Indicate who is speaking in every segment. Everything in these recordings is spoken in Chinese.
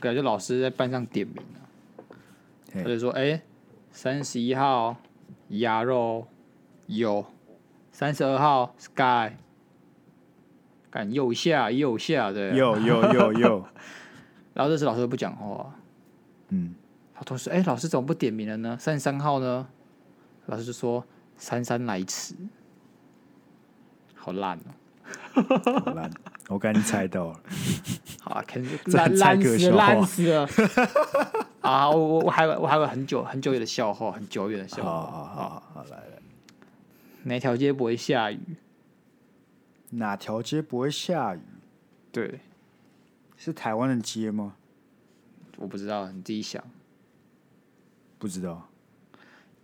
Speaker 1: 感觉老师在班上点名啊
Speaker 2: 嘿
Speaker 1: 他就说：“哎、三十一号鸭肉有，三十二号 Sky，看右下右下对啊、
Speaker 2: 有有有 有，
Speaker 1: 然后这时老师都不讲话，啊
Speaker 2: 嗯，
Speaker 1: 他同事哎、老师怎么不点名了呢？三十三号呢？老师就说姗姗来迟，好烂哦、
Speaker 2: 好烂，我刚才猜到了，
Speaker 1: 好 啊，肯
Speaker 2: 这
Speaker 1: 烂
Speaker 2: 菜
Speaker 1: 烂
Speaker 2: 可
Speaker 1: 死
Speaker 2: 笑
Speaker 1: 了，
Speaker 2: 话
Speaker 1: 烂死了。 啊，我我我还有我还有很久很久远的笑话，很久远的笑
Speaker 2: 好
Speaker 1: 话。
Speaker 2: 好好好来来，
Speaker 1: 哪条街不会下雨？
Speaker 2: 哪条街不会下雨？
Speaker 1: 对，
Speaker 2: 是台湾的街吗？
Speaker 1: 我不知道，你自己想。
Speaker 2: 不知道，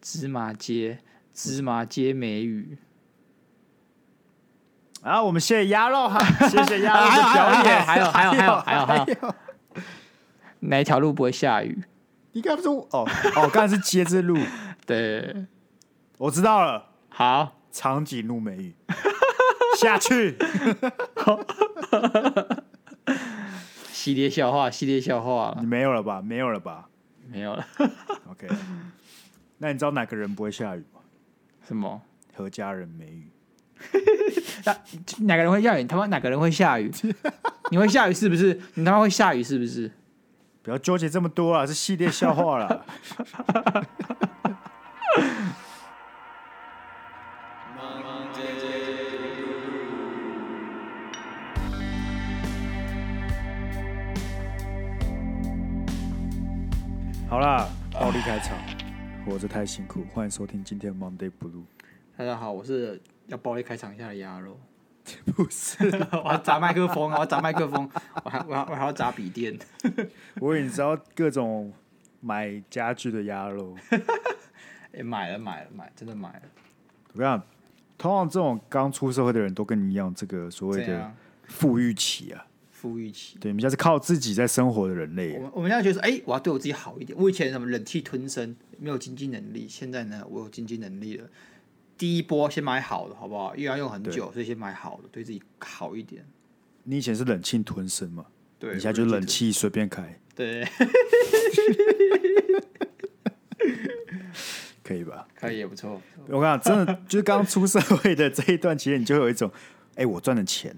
Speaker 1: 芝麻街，芝麻街没雨。
Speaker 2: 啊，我们谢谢鸭 肉哈，谢谢鸭肉的表演，
Speaker 1: 还有还有还有还有还有
Speaker 2: 还有，
Speaker 1: 哪一条路不会下雨？
Speaker 2: 应该不是我哦哦，刚才是接之路，
Speaker 1: 对，
Speaker 2: 我知道了，
Speaker 1: 好，
Speaker 2: 长颈鹿 美语，下去，
Speaker 1: 系列笑话，系列笑话了
Speaker 2: 你没有了吧？没有了吧
Speaker 1: 没有了。
Speaker 2: ？OK，那你知道哪个人不会下雨吗？
Speaker 1: 什么？
Speaker 2: 何家人美语，
Speaker 1: 哪个人会下雨？他妈哪个人会下 雨？你会下雨是不是？你他妈会下雨是不是？
Speaker 2: 不要纠结这么多啊，是系列笑话啦。好啦，暴力开场，活着太辛苦。欢迎收听今天的 Monday Blue，
Speaker 1: 大家好，我是要暴力开场一下的鸭 肉。
Speaker 2: 不是，
Speaker 1: 啊我要砸麦克风，啊我要砸麦克风， 我还我还我还要砸笔电。
Speaker 2: 我也知道各种买家具的鸭肉。
Speaker 1: 哎、买了买了买了，真的买了。
Speaker 2: 我跟你讲，通常这种刚出社会的人都跟你一样，这个所谓
Speaker 1: 这
Speaker 2: 的
Speaker 1: 样，
Speaker 2: 富裕期啊，
Speaker 1: 富裕期。
Speaker 2: 对，你们家是靠自己在生活的人类
Speaker 1: 我
Speaker 2: 啊。
Speaker 1: 们我们现在觉得说，哎、我要对我自己好一点。我以前什么忍气吞声，没有经济能力，现在呢，我有经济能力了。第一波先买好的，好不好？又要用很久，所以先买好的，对自己好一点。
Speaker 2: 你以前是忍气吞声嘛，
Speaker 1: 对，
Speaker 2: 你现在就冷。气随便开，
Speaker 1: 对，
Speaker 2: 可以吧？
Speaker 1: 可以也不错。不错
Speaker 2: 我跟你讲，真的就是刚出社会的这一段期间，你就会有一种，哎、我赚的钱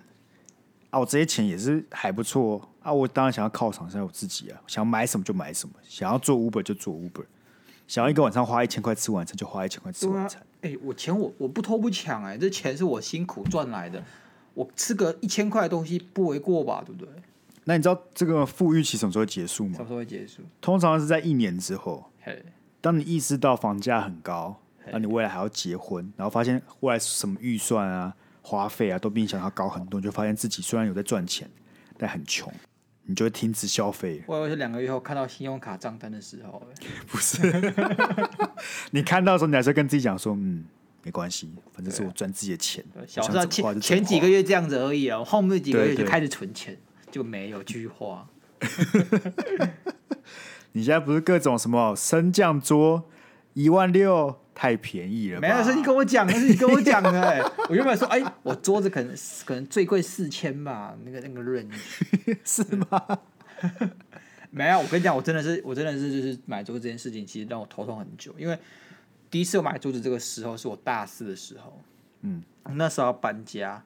Speaker 2: 啊，我这些钱也是还不错哦啊，我当然想要犒赏一下我自己啊，想买什么就买什么，想要做 Uber 就做 Uber，想要一个晚上花一千块吃晚餐就花一千块吃
Speaker 1: 对啊
Speaker 2: 晚餐，，
Speaker 1: 哎、我钱我我不偷不抢，哎，这钱是我辛苦赚来的，我吃个一千块的东西不为过吧？对不对？
Speaker 2: 那你知道这个富裕期什么时候结束
Speaker 1: 什
Speaker 2: 吗
Speaker 1: 么？时候会结束？
Speaker 2: 通常是在一年之后。
Speaker 1: 嘿，
Speaker 2: 当你意识到房价很高，那你未来还要结婚，然后发现未来什么预算啊、花费啊都比你想要高很多，你就发现自己虽然有在赚钱，但很穷，你就会停止消费了。
Speaker 1: 我以为是两个月后看到信用卡账单的时候、哎
Speaker 2: 你看到的时候，你还是跟自己讲说，嗯，没关系，反正是我赚自己的钱，我
Speaker 1: 对啊小
Speaker 2: 想
Speaker 1: 时候
Speaker 2: 怎么花就
Speaker 1: 前
Speaker 2: 怎
Speaker 1: 前
Speaker 2: 么
Speaker 1: 几
Speaker 2: 花
Speaker 1: 个月这样子而已啊，后面几个
Speaker 2: 对
Speaker 1: 月就
Speaker 2: 对
Speaker 1: 开始存钱，就没有继续花。
Speaker 2: 你现在不是各种什么升降桌一万六太便宜了
Speaker 1: 没
Speaker 2: 吧，
Speaker 1: 有，是你跟我讲的，是你跟我 讲的、哎我原本说，哎、我桌子可能可能最贵四千吧，那个那个 range
Speaker 2: 是吗？
Speaker 1: 没有。我跟你讲，我真的是我真的是就是买桌子这件事情，其实让我头痛很久，因为第一次我买桌子这个时候是我大四的时候，
Speaker 2: 嗯，
Speaker 1: 那时候要搬家，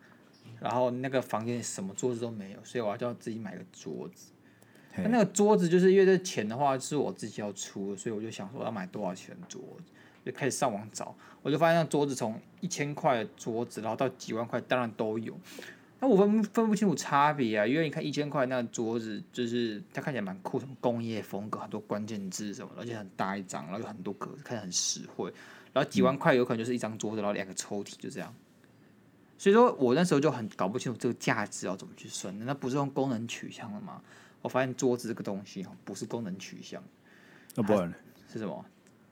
Speaker 1: 然后那个房间什么桌子都没有，所以我要叫自己买个桌子。
Speaker 2: 嘿
Speaker 1: 那那个桌子就是因为这钱的话是我自己要出的，所以我就想说要买多少钱的桌子，就开始上网找，我就发现那桌子从一千块的桌子，然后到几万块，当然都有。那我分分不清楚差别啊，因为你看一千块那个桌子，就是它看起来蛮酷，什么工业风格，很多关键字什么的，而且很大一张，然后有很多格子，看起来很实惠。然后几万块有可能就是一张桌子，然后两个抽屉就这样。所以说我那时候就很搞不清楚这个价值要怎么去算的，那不是用功能取向的吗？我发现桌子这个东西哦，不是功能取向，
Speaker 2: 那哦不然呢
Speaker 1: 是什么？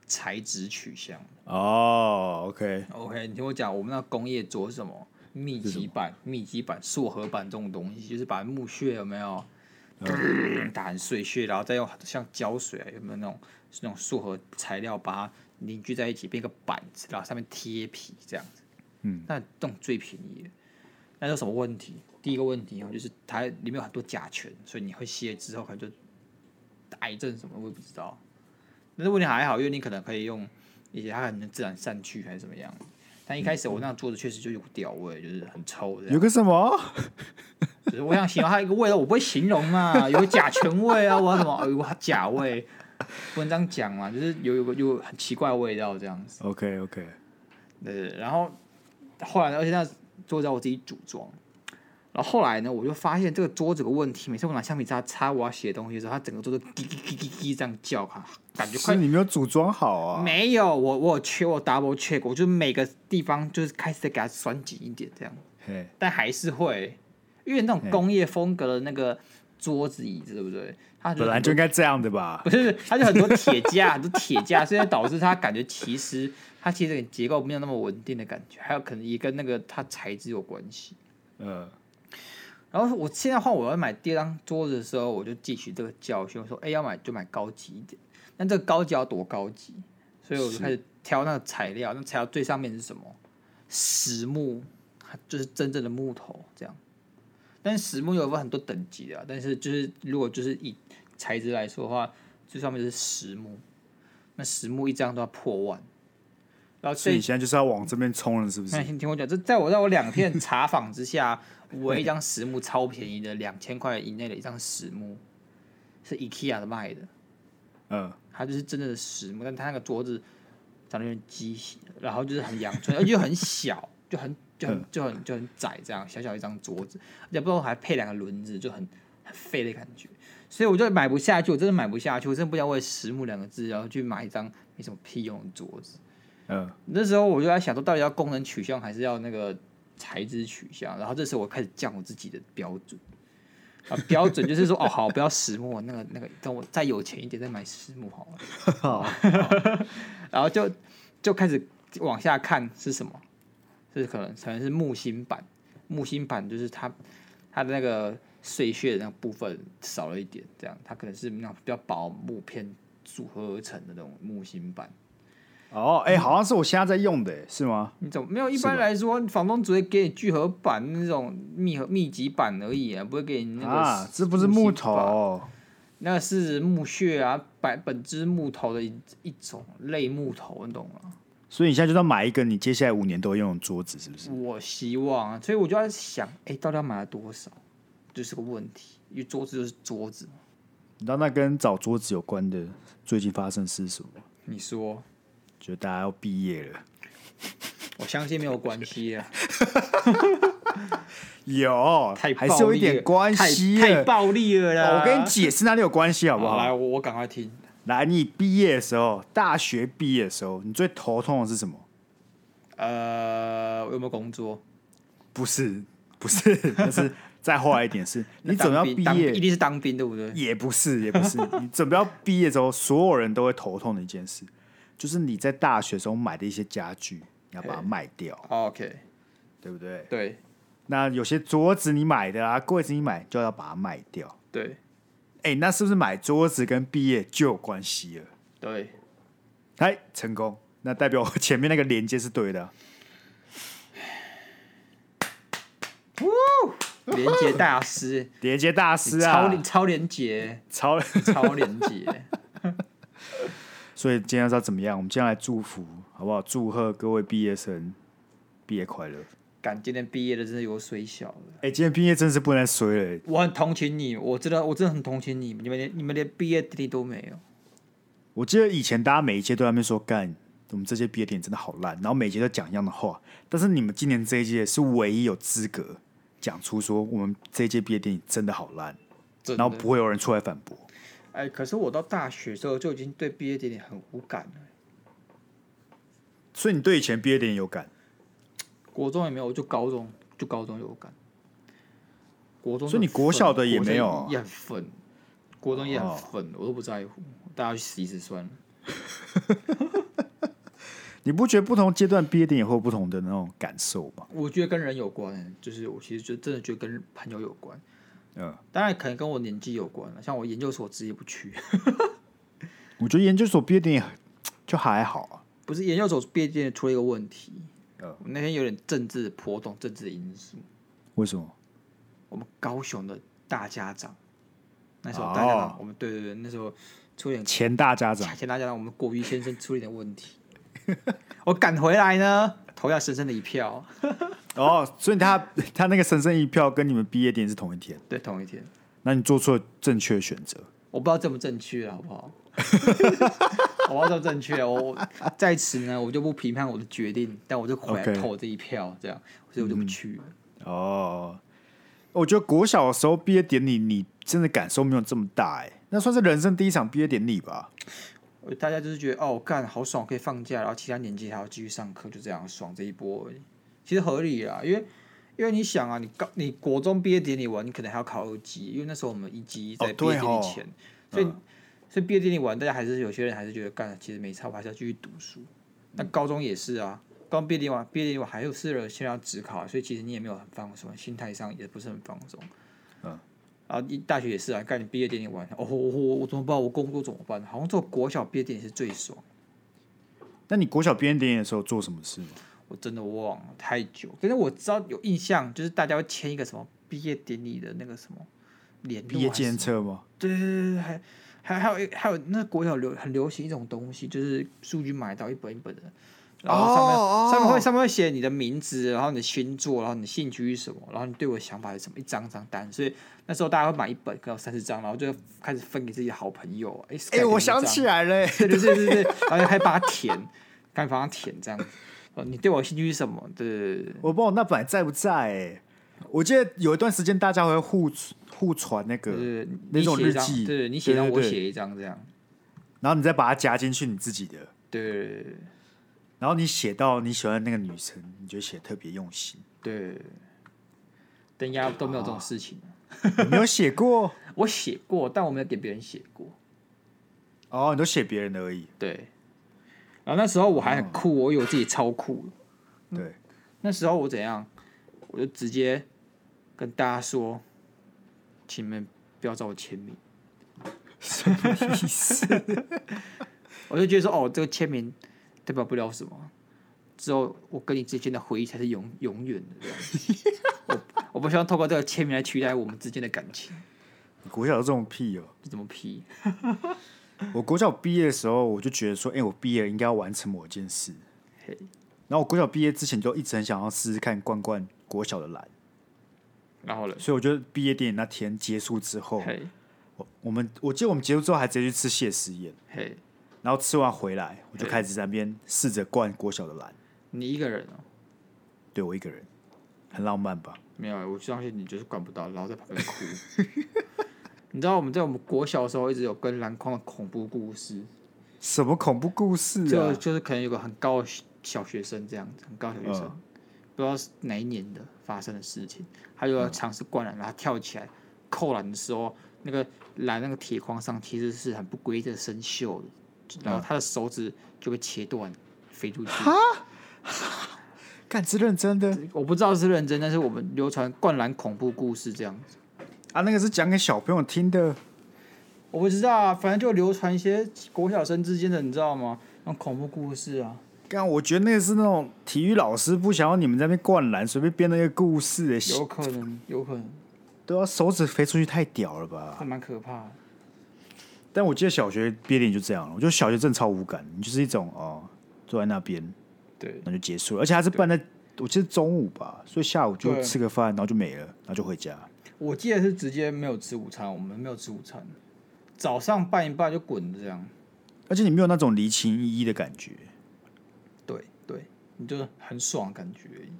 Speaker 1: 材质取向。
Speaker 2: 哦，OK，
Speaker 1: OK，你听我讲，我们那工业桌是什么？密集板、密集板、塑合板这种东西，就是把木屑有没有、打成碎屑，然后再用像胶水啊，有没有那种那种塑合材料把它凝聚在一起，变一个板子，然后上面贴皮这样子。
Speaker 2: 嗯，
Speaker 1: 那这种最便宜的。那有什么问题？第一个问题哦，就是它里面有很多甲醛，所以你会吸了之后可能就癌症什么，我也不知道。但是问题还好，因为你可能可以用一些它可能自然散去还是怎么样。但一开始我那桌子确实就有股屌味，就是很臭这
Speaker 2: 嗯有
Speaker 1: 样。
Speaker 2: 个什么？
Speaker 1: 就是我想形容它一个味道，我不会形容嘛，有甲醛味啊，我要什么有甲味，不能这样讲嘛，就是有有个有很奇怪的味道这样子。
Speaker 2: OK OK，
Speaker 1: 对，然后后来呢，而且那桌子要我自己组装，然后后来呢，我就发现这个桌子有个问题，每次我拿橡皮擦擦我要写东西的时候，它整个桌子叽叽叽叽叽这样叫，哈，感觉
Speaker 2: 是
Speaker 1: 快
Speaker 2: 你没有组装好啊。
Speaker 1: 没有我我有缺我有 double check，我就每个地方就是开始再给它拴紧一点这样，
Speaker 2: 嘿，
Speaker 1: 但还是会，因为那种工业风格的那个桌子椅子，对不对？它
Speaker 2: 本来
Speaker 1: 很
Speaker 2: 就
Speaker 1: 多
Speaker 2: 应该这样的吧
Speaker 1: 不？是，它就很多 铁架，很多铁架，所以导致它感觉其实它其实结构没有那么稳定的感觉，还有可能也跟那个它材质有关系。
Speaker 2: 呃，
Speaker 1: 然后我现在换我要买第二张桌子的时候，我就汲取这个教训，我说哎、要买就买高级一点，但这个高级要多高级？所以我就是开始挑那个材料，那材料最上面是什么？实木，它就是真正的木头这样。但是实木有分很多等级的啊、但是就是如果就是以材质来说的话，最上面就是实木，那实木一张都要破万。然后
Speaker 2: 所以
Speaker 1: 最
Speaker 2: 你现在就是要往这边冲了，是不是
Speaker 1: 那？哎先听我讲，这在我在我两天查访之下，我一张实木超便宜的，两千块以内的一张实木，是 IKEA 的卖的，
Speaker 2: 嗯，
Speaker 1: 它就是真正的实木，但它那个桌子长得有点畸形，然后就是很阳春，而且又很小，就很就很就很就很窄，这样小小一张桌子，而且不知道还配两个轮子，就很很废的感觉。所以我就买不下去，我真的买不下去，我真的不想为“实木”两个字，然后去买一张没什么屁用的桌子。
Speaker 2: 嗯，
Speaker 1: 那时候我就在想说，到底要功能取向还是要那个材质取向？然后这时候我开始降我自己的标准啊，标准就是说，哦，好，不要实木，那个那个，等我再有钱一点再买实木好了。
Speaker 2: 好，
Speaker 1: 然后就就开始往下看是什么，是可能可能是木芯板，木芯板就是它它的那个碎屑的那部分少了一点，这样它可能是那种比较薄木片组合而成的那种木芯板。
Speaker 2: 哦，哎、好像是我现在在用的、是吗？
Speaker 1: 你怎么没有？一
Speaker 2: 是
Speaker 1: 般
Speaker 2: 吧
Speaker 1: 来说，房东只会给你聚合板那种密合密集板而已啊，不会给你那个
Speaker 2: 啊，
Speaker 1: 实
Speaker 2: 这不是木
Speaker 1: 木芯板
Speaker 2: 头，哦
Speaker 1: 那是木屑啊，百本质木头的一一种类木头，你懂吗？
Speaker 2: 所以你现在就是要买一个你接下来五年都会用的桌子，是不是？
Speaker 1: 我希望啊，所以我就在想，哎、到底要买了多少，就是个问题。因为桌子就是桌子，
Speaker 2: 你知道那跟找桌子有关的最近发生的是什么？
Speaker 1: 你说，
Speaker 2: 就大家要毕业了，
Speaker 1: 我相信没有关系啊，
Speaker 2: 有，
Speaker 1: 太
Speaker 2: 还
Speaker 1: 暴
Speaker 2: 是有
Speaker 1: 力
Speaker 2: 一点
Speaker 1: 了
Speaker 2: 关
Speaker 1: 太
Speaker 2: 系
Speaker 1: 太
Speaker 2: 的。
Speaker 1: 暴力了啦！
Speaker 2: 哦我跟你解释哪里有关系好不
Speaker 1: 好，来，
Speaker 2: 好？
Speaker 1: 我我赶快听，
Speaker 2: 来，你毕业的时候，大学毕业的时候，你最头痛的是什么？
Speaker 1: 呃，我有没有工作？
Speaker 2: 不是， 不是，但是再后来一 点是，你
Speaker 1: 当
Speaker 2: 准备要
Speaker 1: 兵
Speaker 2: 毕
Speaker 1: 当一
Speaker 2: 业，
Speaker 1: 定是当兵，对不对？
Speaker 2: 也不是，也不 是，你准备要毕业之后，所有人都会头痛的一件事，就是你在大学时候买的一些家具，你要把它卖掉，
Speaker 1: 哦 OK，
Speaker 2: 对不对？
Speaker 1: 对
Speaker 2: 那有些桌子你买的啊，柜子你买就要把它卖掉。
Speaker 1: 对
Speaker 2: 哎，那是不是买桌子跟毕业就有关系了？
Speaker 1: 对，
Speaker 2: 哎，成功，那代表我前面那个连接是对的啊。
Speaker 1: 连接大师，
Speaker 2: 连接大师
Speaker 1: 超
Speaker 2: 啊，
Speaker 1: 连超连接，
Speaker 2: 超
Speaker 1: 超连接，
Speaker 2: 所以今天是要怎么样？我们今天来祝福，好不好？祝贺各位毕业生毕业快乐！
Speaker 1: 感今天毕业的真的有水小了。
Speaker 2: 哎、今天毕业真是不能随了、欸，
Speaker 1: 我很同情你，我真的我真的很同情你，你们连你们连毕业典礼都没有。
Speaker 2: 我记得以前大家每一届都在那边说干，我们这届毕业典礼真的好烂，然后每一届都讲一样的话。但是你们今年这一届是唯一有资格讲出说我们这一届毕业典礼真的好烂，
Speaker 1: 真
Speaker 2: 然后
Speaker 1: 的
Speaker 2: 不会有人出来反驳。
Speaker 1: 哎、可是我到大学之后就已经对毕业典礼很无感了。
Speaker 2: 所以你对以前毕业典礼有感？
Speaker 1: 国中也没有，就高中就高中有感。国中就
Speaker 2: 所以你
Speaker 1: 很
Speaker 2: 国
Speaker 1: 愤
Speaker 2: 小的也
Speaker 1: 国中
Speaker 2: 没有啊
Speaker 1: 也很愤，国中也很
Speaker 2: 哦
Speaker 1: 愤，我都不在乎，大家去死一死算了。
Speaker 2: 你不觉得不同阶段毕业典礼会有不同的那种感受吗？
Speaker 1: 我觉得跟人有关，就是我其实就真的觉得跟朋友有关，
Speaker 2: 嗯，
Speaker 1: 当然可能跟我年纪有关了。像我研究所直接不去，
Speaker 2: 我觉得研究所毕业典礼就还好啊。
Speaker 1: 不是研究所毕业典礼出了一个问题，
Speaker 2: 嗯
Speaker 1: 我们那天有点政治波动，政治因素。
Speaker 2: 为什么？
Speaker 1: 我们高雄的大家长那时候大家、
Speaker 2: 哦
Speaker 1: 我们对对对，那时候出了点
Speaker 2: 钱大家长，
Speaker 1: 钱大家让我们国瑜先生出了点问 题，我赶回来呢，投下深深的一票，
Speaker 2: 哦，所以他 他那个神圣一票跟你们毕业典礼是同一天，
Speaker 1: 对，同一天，
Speaker 2: 那你做出了正确的选择。
Speaker 1: 我不知道正不正确啊了，好不好？ 我不知道正不正确，啊我我在此呢，我就不评判我的决定，但我就回来
Speaker 2: OK
Speaker 1: 投这一票，这样，所以我就不去了。
Speaker 2: 哦，我觉得国小的时候毕业典礼，你真的感受没有这么大哎、那算是人生第一场毕业典礼吧？
Speaker 1: 呃大家就是觉得哦，干好爽，可以放假，然后其他年级还要继续上课，就这样爽这一波而已，其实合理啦，因为因为你想啊，你高你国中毕业典礼完，你可能还要考二级，因为那时候我们一级在毕
Speaker 2: 哦
Speaker 1: 业
Speaker 2: 对
Speaker 1: 典礼
Speaker 2: 哦
Speaker 1: 前，所以、所以毕业典礼完，大家还是有些人还是觉得干，其实没差，我还是要继续读书。
Speaker 2: 嗯
Speaker 1: 那高中也是啊，高中毕业典礼完，毕业典礼完还有是了先要职考，啊所以其实你也没有很放松，心态上也不是很放松。啊，一大学也是啊，干你毕业典礼完，哦，我我我怎么办？我工作怎么办？好像做国小毕业典礼是最爽，
Speaker 2: 那你国小毕业典礼的时候做什么事吗？
Speaker 1: 我真的忘了太久。可是我知道有印象，就是大家会签一个什么毕业典礼的那个什么联络
Speaker 2: 毕业
Speaker 1: 还是
Speaker 2: 纪念册吗？
Speaker 1: 对对对对，还还还有一还有那国小流很流行一种东西，就是数据买到一本一本的，然后上面、
Speaker 2: 哦
Speaker 1: 上面
Speaker 2: 哦
Speaker 1: 会上面会写你的名字，然后你的星座，然后你的兴趣是什么，然后你对我的想法是什么，一张张单。所以那时候大家会买一本，可能有三十张，然后就开始分给自己的好朋友。哎、
Speaker 2: 哎、我想起
Speaker 1: 来，
Speaker 2: 来了、 欸
Speaker 1: 对对对对对，然后还把它填，赶紧把它填这样子。哦，你对我的兴趣是什么？对对对对，
Speaker 2: 我不知道我那本来在不在哎、我记得有一段时间大家会互互传那个，
Speaker 1: 就是你
Speaker 2: 那种
Speaker 1: 写一
Speaker 2: 日
Speaker 1: 张
Speaker 2: 记
Speaker 1: 对你写一张，
Speaker 2: 对
Speaker 1: 我
Speaker 2: 对对
Speaker 1: 写一张，这样。
Speaker 2: 然后你再把它加进去你自己的，
Speaker 1: 对对对对
Speaker 2: 然后你写到你喜欢的那个女生，你就写得特别用心。
Speaker 1: 对，但丫都没有这种事情。啊
Speaker 2: 你没有写过
Speaker 1: 我写过，但我没有给别人写过。
Speaker 2: 哦，你都写别人的而已。
Speaker 1: 对，然后那时候我还
Speaker 2: 嗯
Speaker 1: 很酷，我以为自己超酷。
Speaker 2: 对，
Speaker 1: 那时候我怎样，我就直接跟大家说，请你们不要找我签名。嗯
Speaker 2: 意思
Speaker 1: 我就觉得说，哦，这个签名代表不了什么。之后我跟你之间的回忆才是永永远的这样子。 我我不希望透过这个签名来取代我们之间的感情，
Speaker 2: 你国小都这种屁哦、
Speaker 1: 这怎么批？
Speaker 2: 我国小毕业的时候，我就觉得说，哎、我毕业了应该要完成某件事。
Speaker 1: 嘿
Speaker 2: 然后我国小毕业之前就一直很想要试试看灌灌国小的篮，
Speaker 1: 然后呢？
Speaker 2: 所以我就毕业典礼那天结束之后，
Speaker 1: 嘿，
Speaker 2: 我我们我记得我们结束之后还直接去吃谢师宴，
Speaker 1: 嘿，
Speaker 2: 然后吃完回来，我就开始在那边试着灌国小的篮，
Speaker 1: 你一个人哦、
Speaker 2: 对我一个人，很浪漫吧？
Speaker 1: 没有，我相信你就是管不到，然后在旁边 哭。你知道我们在我们国小的时候一直有跟篮筐的恐怖故事，
Speaker 2: 什么恐怖故事
Speaker 1: 就
Speaker 2: 啊？
Speaker 1: 就是可能有个很高的小学生这样子，很高的小学生，
Speaker 2: 嗯
Speaker 1: 不知道是哪一年的发生的事情，他就要尝试灌篮，然后他跳起来扣篮的时候，那个篮那个铁框上其实是很不规则生锈的，然
Speaker 2: 嗯
Speaker 1: 后他的手指就被切断，飞出去。
Speaker 2: 干，是认真的
Speaker 1: 我不知道是认真，但是我们流传灌篮恐怖故事这样子。
Speaker 2: 啊？那个是讲给小朋友听的。
Speaker 1: 我不知道啊，反正就流传一些国小生之间的，你知道吗？那种恐怖故事啊。
Speaker 2: 干，我觉得那个是那种体育老师不想要你们在那边灌篮，随便编了一个故事、欸，
Speaker 1: 有可能，有可能，
Speaker 2: 对啊，手指飞出去太屌了吧
Speaker 1: 还！蛮可怕的。
Speaker 2: 但我记得小学毕业典礼就这样了，我觉得小学真的超无感，你就是一种哦，坐在那边
Speaker 1: 对，
Speaker 2: 那就结束了，而且还是办在我记得中午吧，所以下午就
Speaker 1: 对
Speaker 2: 吃个饭，然后就没了，然后就回家。
Speaker 1: 我记得是直接没有吃午餐，我们没有吃午餐，早上拌一拌就滚这样。
Speaker 2: 而且你没有那种离情依依的感觉。
Speaker 1: 对对，你就很爽的感觉而已。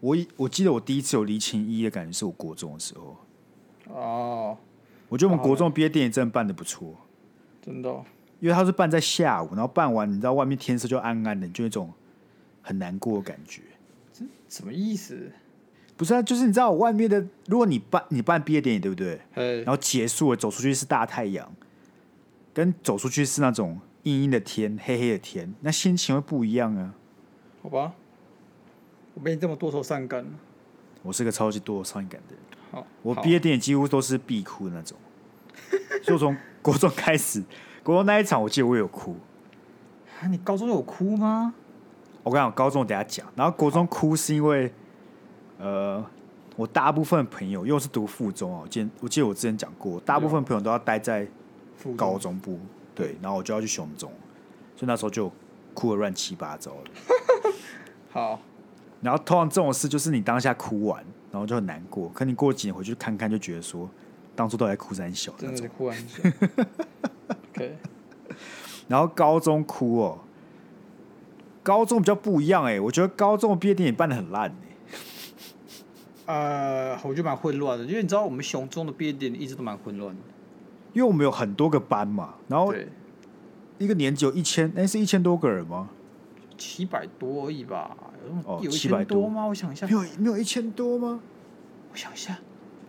Speaker 2: 我以我记得我第一次有离情依依的感觉是我国中的时候，
Speaker 1: 哦，
Speaker 2: 我觉得我们国中毕业典礼真的办的不错，
Speaker 1: 真的哦、
Speaker 2: 因为它是办在下午，然后办完你知道外面天色就暗暗的，你就有一种很难过的感觉。
Speaker 1: 什么意思？
Speaker 2: 不是啊，就是你知道外面的，如果你办你办毕业典礼对不对？
Speaker 1: 呃
Speaker 2: 然，后结束了，走出去是大太阳，跟走出去是那种阴阴的天、黑黑的天，那心情会不一样啊。
Speaker 1: 好吧，我被你这么多愁善感了。
Speaker 2: 我是个超级多伤感的人，
Speaker 1: 好，
Speaker 2: 我
Speaker 1: 好
Speaker 2: 毕业典礼几乎都是必哭的那种，所以我从国中开始，国中那一场我记得我有哭，
Speaker 1: 啊，你高中有哭吗？
Speaker 2: 我跟你讲，高中我等一下讲，然后国中哭是因为，呃，我大部分朋友又是读附中啊，我记得我记得我之前讲过，大部分朋友都要待在
Speaker 1: 附中
Speaker 2: 高中部，对，然后我就要去雄中，所以那时候就哭的乱七八糟的。
Speaker 1: 好，
Speaker 2: 然后通常这种事就是你当下哭完，然后就很难过，可你过几年回去看看，就觉得说当初到底在哭三小的
Speaker 1: 真
Speaker 2: 那
Speaker 1: 的
Speaker 2: 种。
Speaker 1: 是哭完全。OK，
Speaker 2: 然后高中哭哦，高中比较不一样哎、我觉得高中的毕业典礼办的很烂哎、
Speaker 1: 呃，我觉得蛮混乱的，因为你知道我们雄中的毕业典礼一直都蛮混乱的。
Speaker 2: 因为我们有很多个班嘛，然后
Speaker 1: 对，
Speaker 2: 一个年级有一千，哎、是一千多个人吗？
Speaker 1: 七百多而已吧？有那么
Speaker 2: 哦
Speaker 1: 有一
Speaker 2: 700
Speaker 1: 千
Speaker 2: 多
Speaker 1: 多吗？我想一下
Speaker 2: 没，有没有一千多吗？
Speaker 1: 我想一下，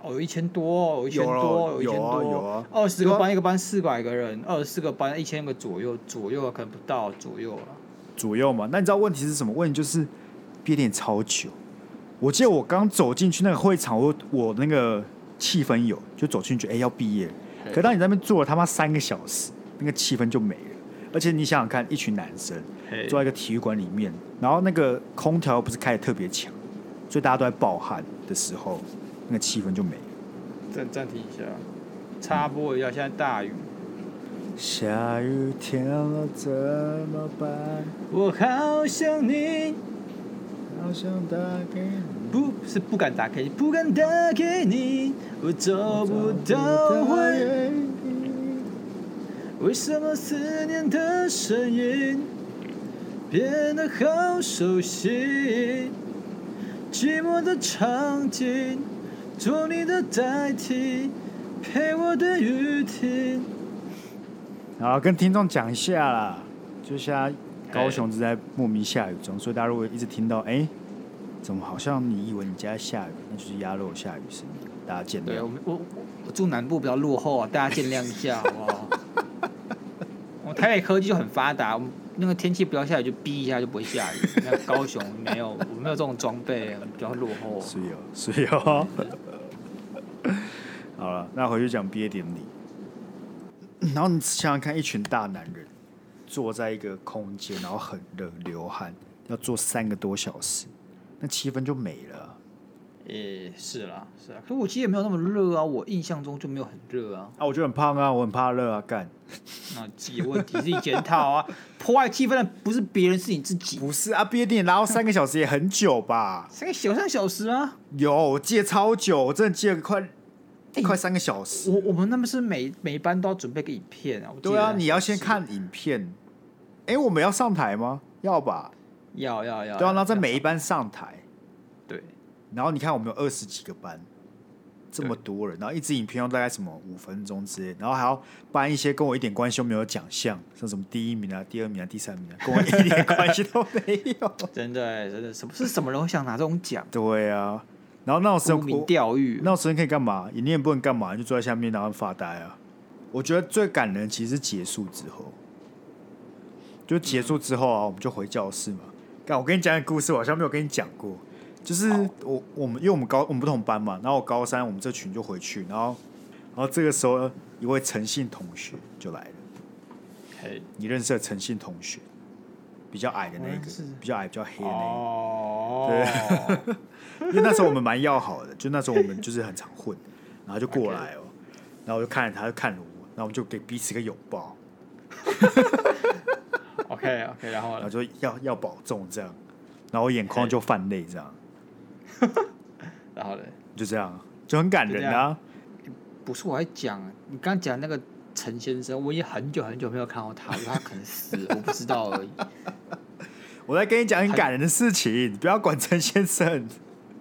Speaker 1: 哦，有一千多，有一千
Speaker 2: 有
Speaker 1: 多，
Speaker 2: 啊
Speaker 1: 一千
Speaker 2: 有啊有
Speaker 1: 多
Speaker 2: 啊，
Speaker 1: 二十
Speaker 2: 对
Speaker 1: 个
Speaker 2: 啊
Speaker 1: 班一个班四百个人，二十四个班一千个左右，左右啊可能不到左右啊了。
Speaker 2: 左右嘛。那你知道问题是什么？问题就是毕业典礼超久。我记得我刚走进去那个会场，我我那个气氛有，就走进去觉得哎、要毕业了，
Speaker 1: 嘿
Speaker 2: 可当你在那边坐了他妈三个小时，那个气氛就没了。而且你想想看，一群男生
Speaker 1: 嘿
Speaker 2: 坐在一个体育馆里面，然后那个空调又不是开的特别强，所以大家都在暴汗的时候，那个气氛就没了。
Speaker 1: 暂暂停一下，插播一下，现在大雨，
Speaker 2: 下雨天了怎么办？
Speaker 1: 我好想你，
Speaker 2: 好想打给你。
Speaker 1: 不是不敢打开，不敢打给你，我找不到回应。为什么思念的声音变得好熟悉？寂寞的场景，做你的代替，陪我的雨停。
Speaker 2: 好，跟听众讲一下啦，就现在高雄正在莫名下雨中，所以大家如果一直听到，哎、怎么好像你以为你家在下雨，那就是鸭肉下雨声音，大家见
Speaker 1: 对我
Speaker 2: 谅。
Speaker 1: 们，我我我住南部比较落后啊，大家见谅一下好不 好？我们台北科技就很发达，我们那个天气不要下雨就逼一下就不会下雨。那高雄没有，我没有这种装备，啊比较落后。
Speaker 2: 是有， 是有。好了，那回去讲毕业典礼。然后你想想看，一群大男人坐在一个空间，然后很热，流汗，要坐三个多小时，那气氛就没了啊。
Speaker 1: 诶、是啦，是啊，可我其实也没有那么热啊，我印象中就没有很热啊。
Speaker 2: 啊，我就很胖啊，我很怕热啊，干。
Speaker 1: 那自己的问题自己检讨啊， 破坏气氛的不是别人，是你自己。
Speaker 2: 不是啊，毕业典礼拉到三个小时也很久吧？
Speaker 1: 三个小三小时啊，
Speaker 2: 有，我记得超久，我真的记得快、
Speaker 1: 哎
Speaker 2: 快三个小时。
Speaker 1: 我我们那边是每每班都要准备个影片啊。我记得
Speaker 2: 对啊，
Speaker 1: 那
Speaker 2: 你要
Speaker 1: 小时
Speaker 2: 先看影片。哎、我们要上台吗？要吧？
Speaker 1: 要要要。
Speaker 2: 对啊，然后在每一班上台，
Speaker 1: 对
Speaker 2: 然后你看我们有二十几个班，这么多人，然后一支影片要大概什么五分钟之类，然后还要颁一些跟我一点关系都没有的奖项，像什么第一名啊、第二名啊、第三名啊，跟我一点关系都没 有。
Speaker 1: 真的欸真的，什么是什么人会想拿这种 奖？
Speaker 2: 对啊，然后那种时
Speaker 1: 沽
Speaker 2: 候
Speaker 1: 名
Speaker 2: 我
Speaker 1: 钓誉。
Speaker 2: 那我时间可以干嘛？你也不能干嘛，你就坐在下面然后发呆啊。我觉得最感人其实是结束之后，就结束之后啊，我们就回教室嘛。干，我跟你讲个故事，我好像没有跟你讲过。就是我我们因为我们高我们不同班嘛，然后我高三我们这群就回去，然后然后这个时候一位诚信同学就来了，
Speaker 1: 嘿
Speaker 2: 你认识的诚信同学，比较矮的那
Speaker 1: 我
Speaker 2: 一
Speaker 1: 认
Speaker 2: 个
Speaker 1: 识，
Speaker 2: 比较矮比较黑的那一个。
Speaker 1: 哦，
Speaker 2: 因为那时候我们蛮要好的，就那时候我们就是很常混，然后就过来哦，然后我就看着他，他就看着我，然后我们就给彼此一个拥抱，
Speaker 1: OK OK，然后
Speaker 2: 然
Speaker 1: 呢
Speaker 2: 后就要要保重这样，然后我眼眶就泛泪这样，
Speaker 1: 然后呢？
Speaker 2: 就这样就很感人啊。
Speaker 1: 不是我在讲，你刚讲那个陈先生，我已经很久很久没有看到他了，他可能死了，我不知道而已。
Speaker 2: 我在跟你讲很感人的事情， 不要管陈先生。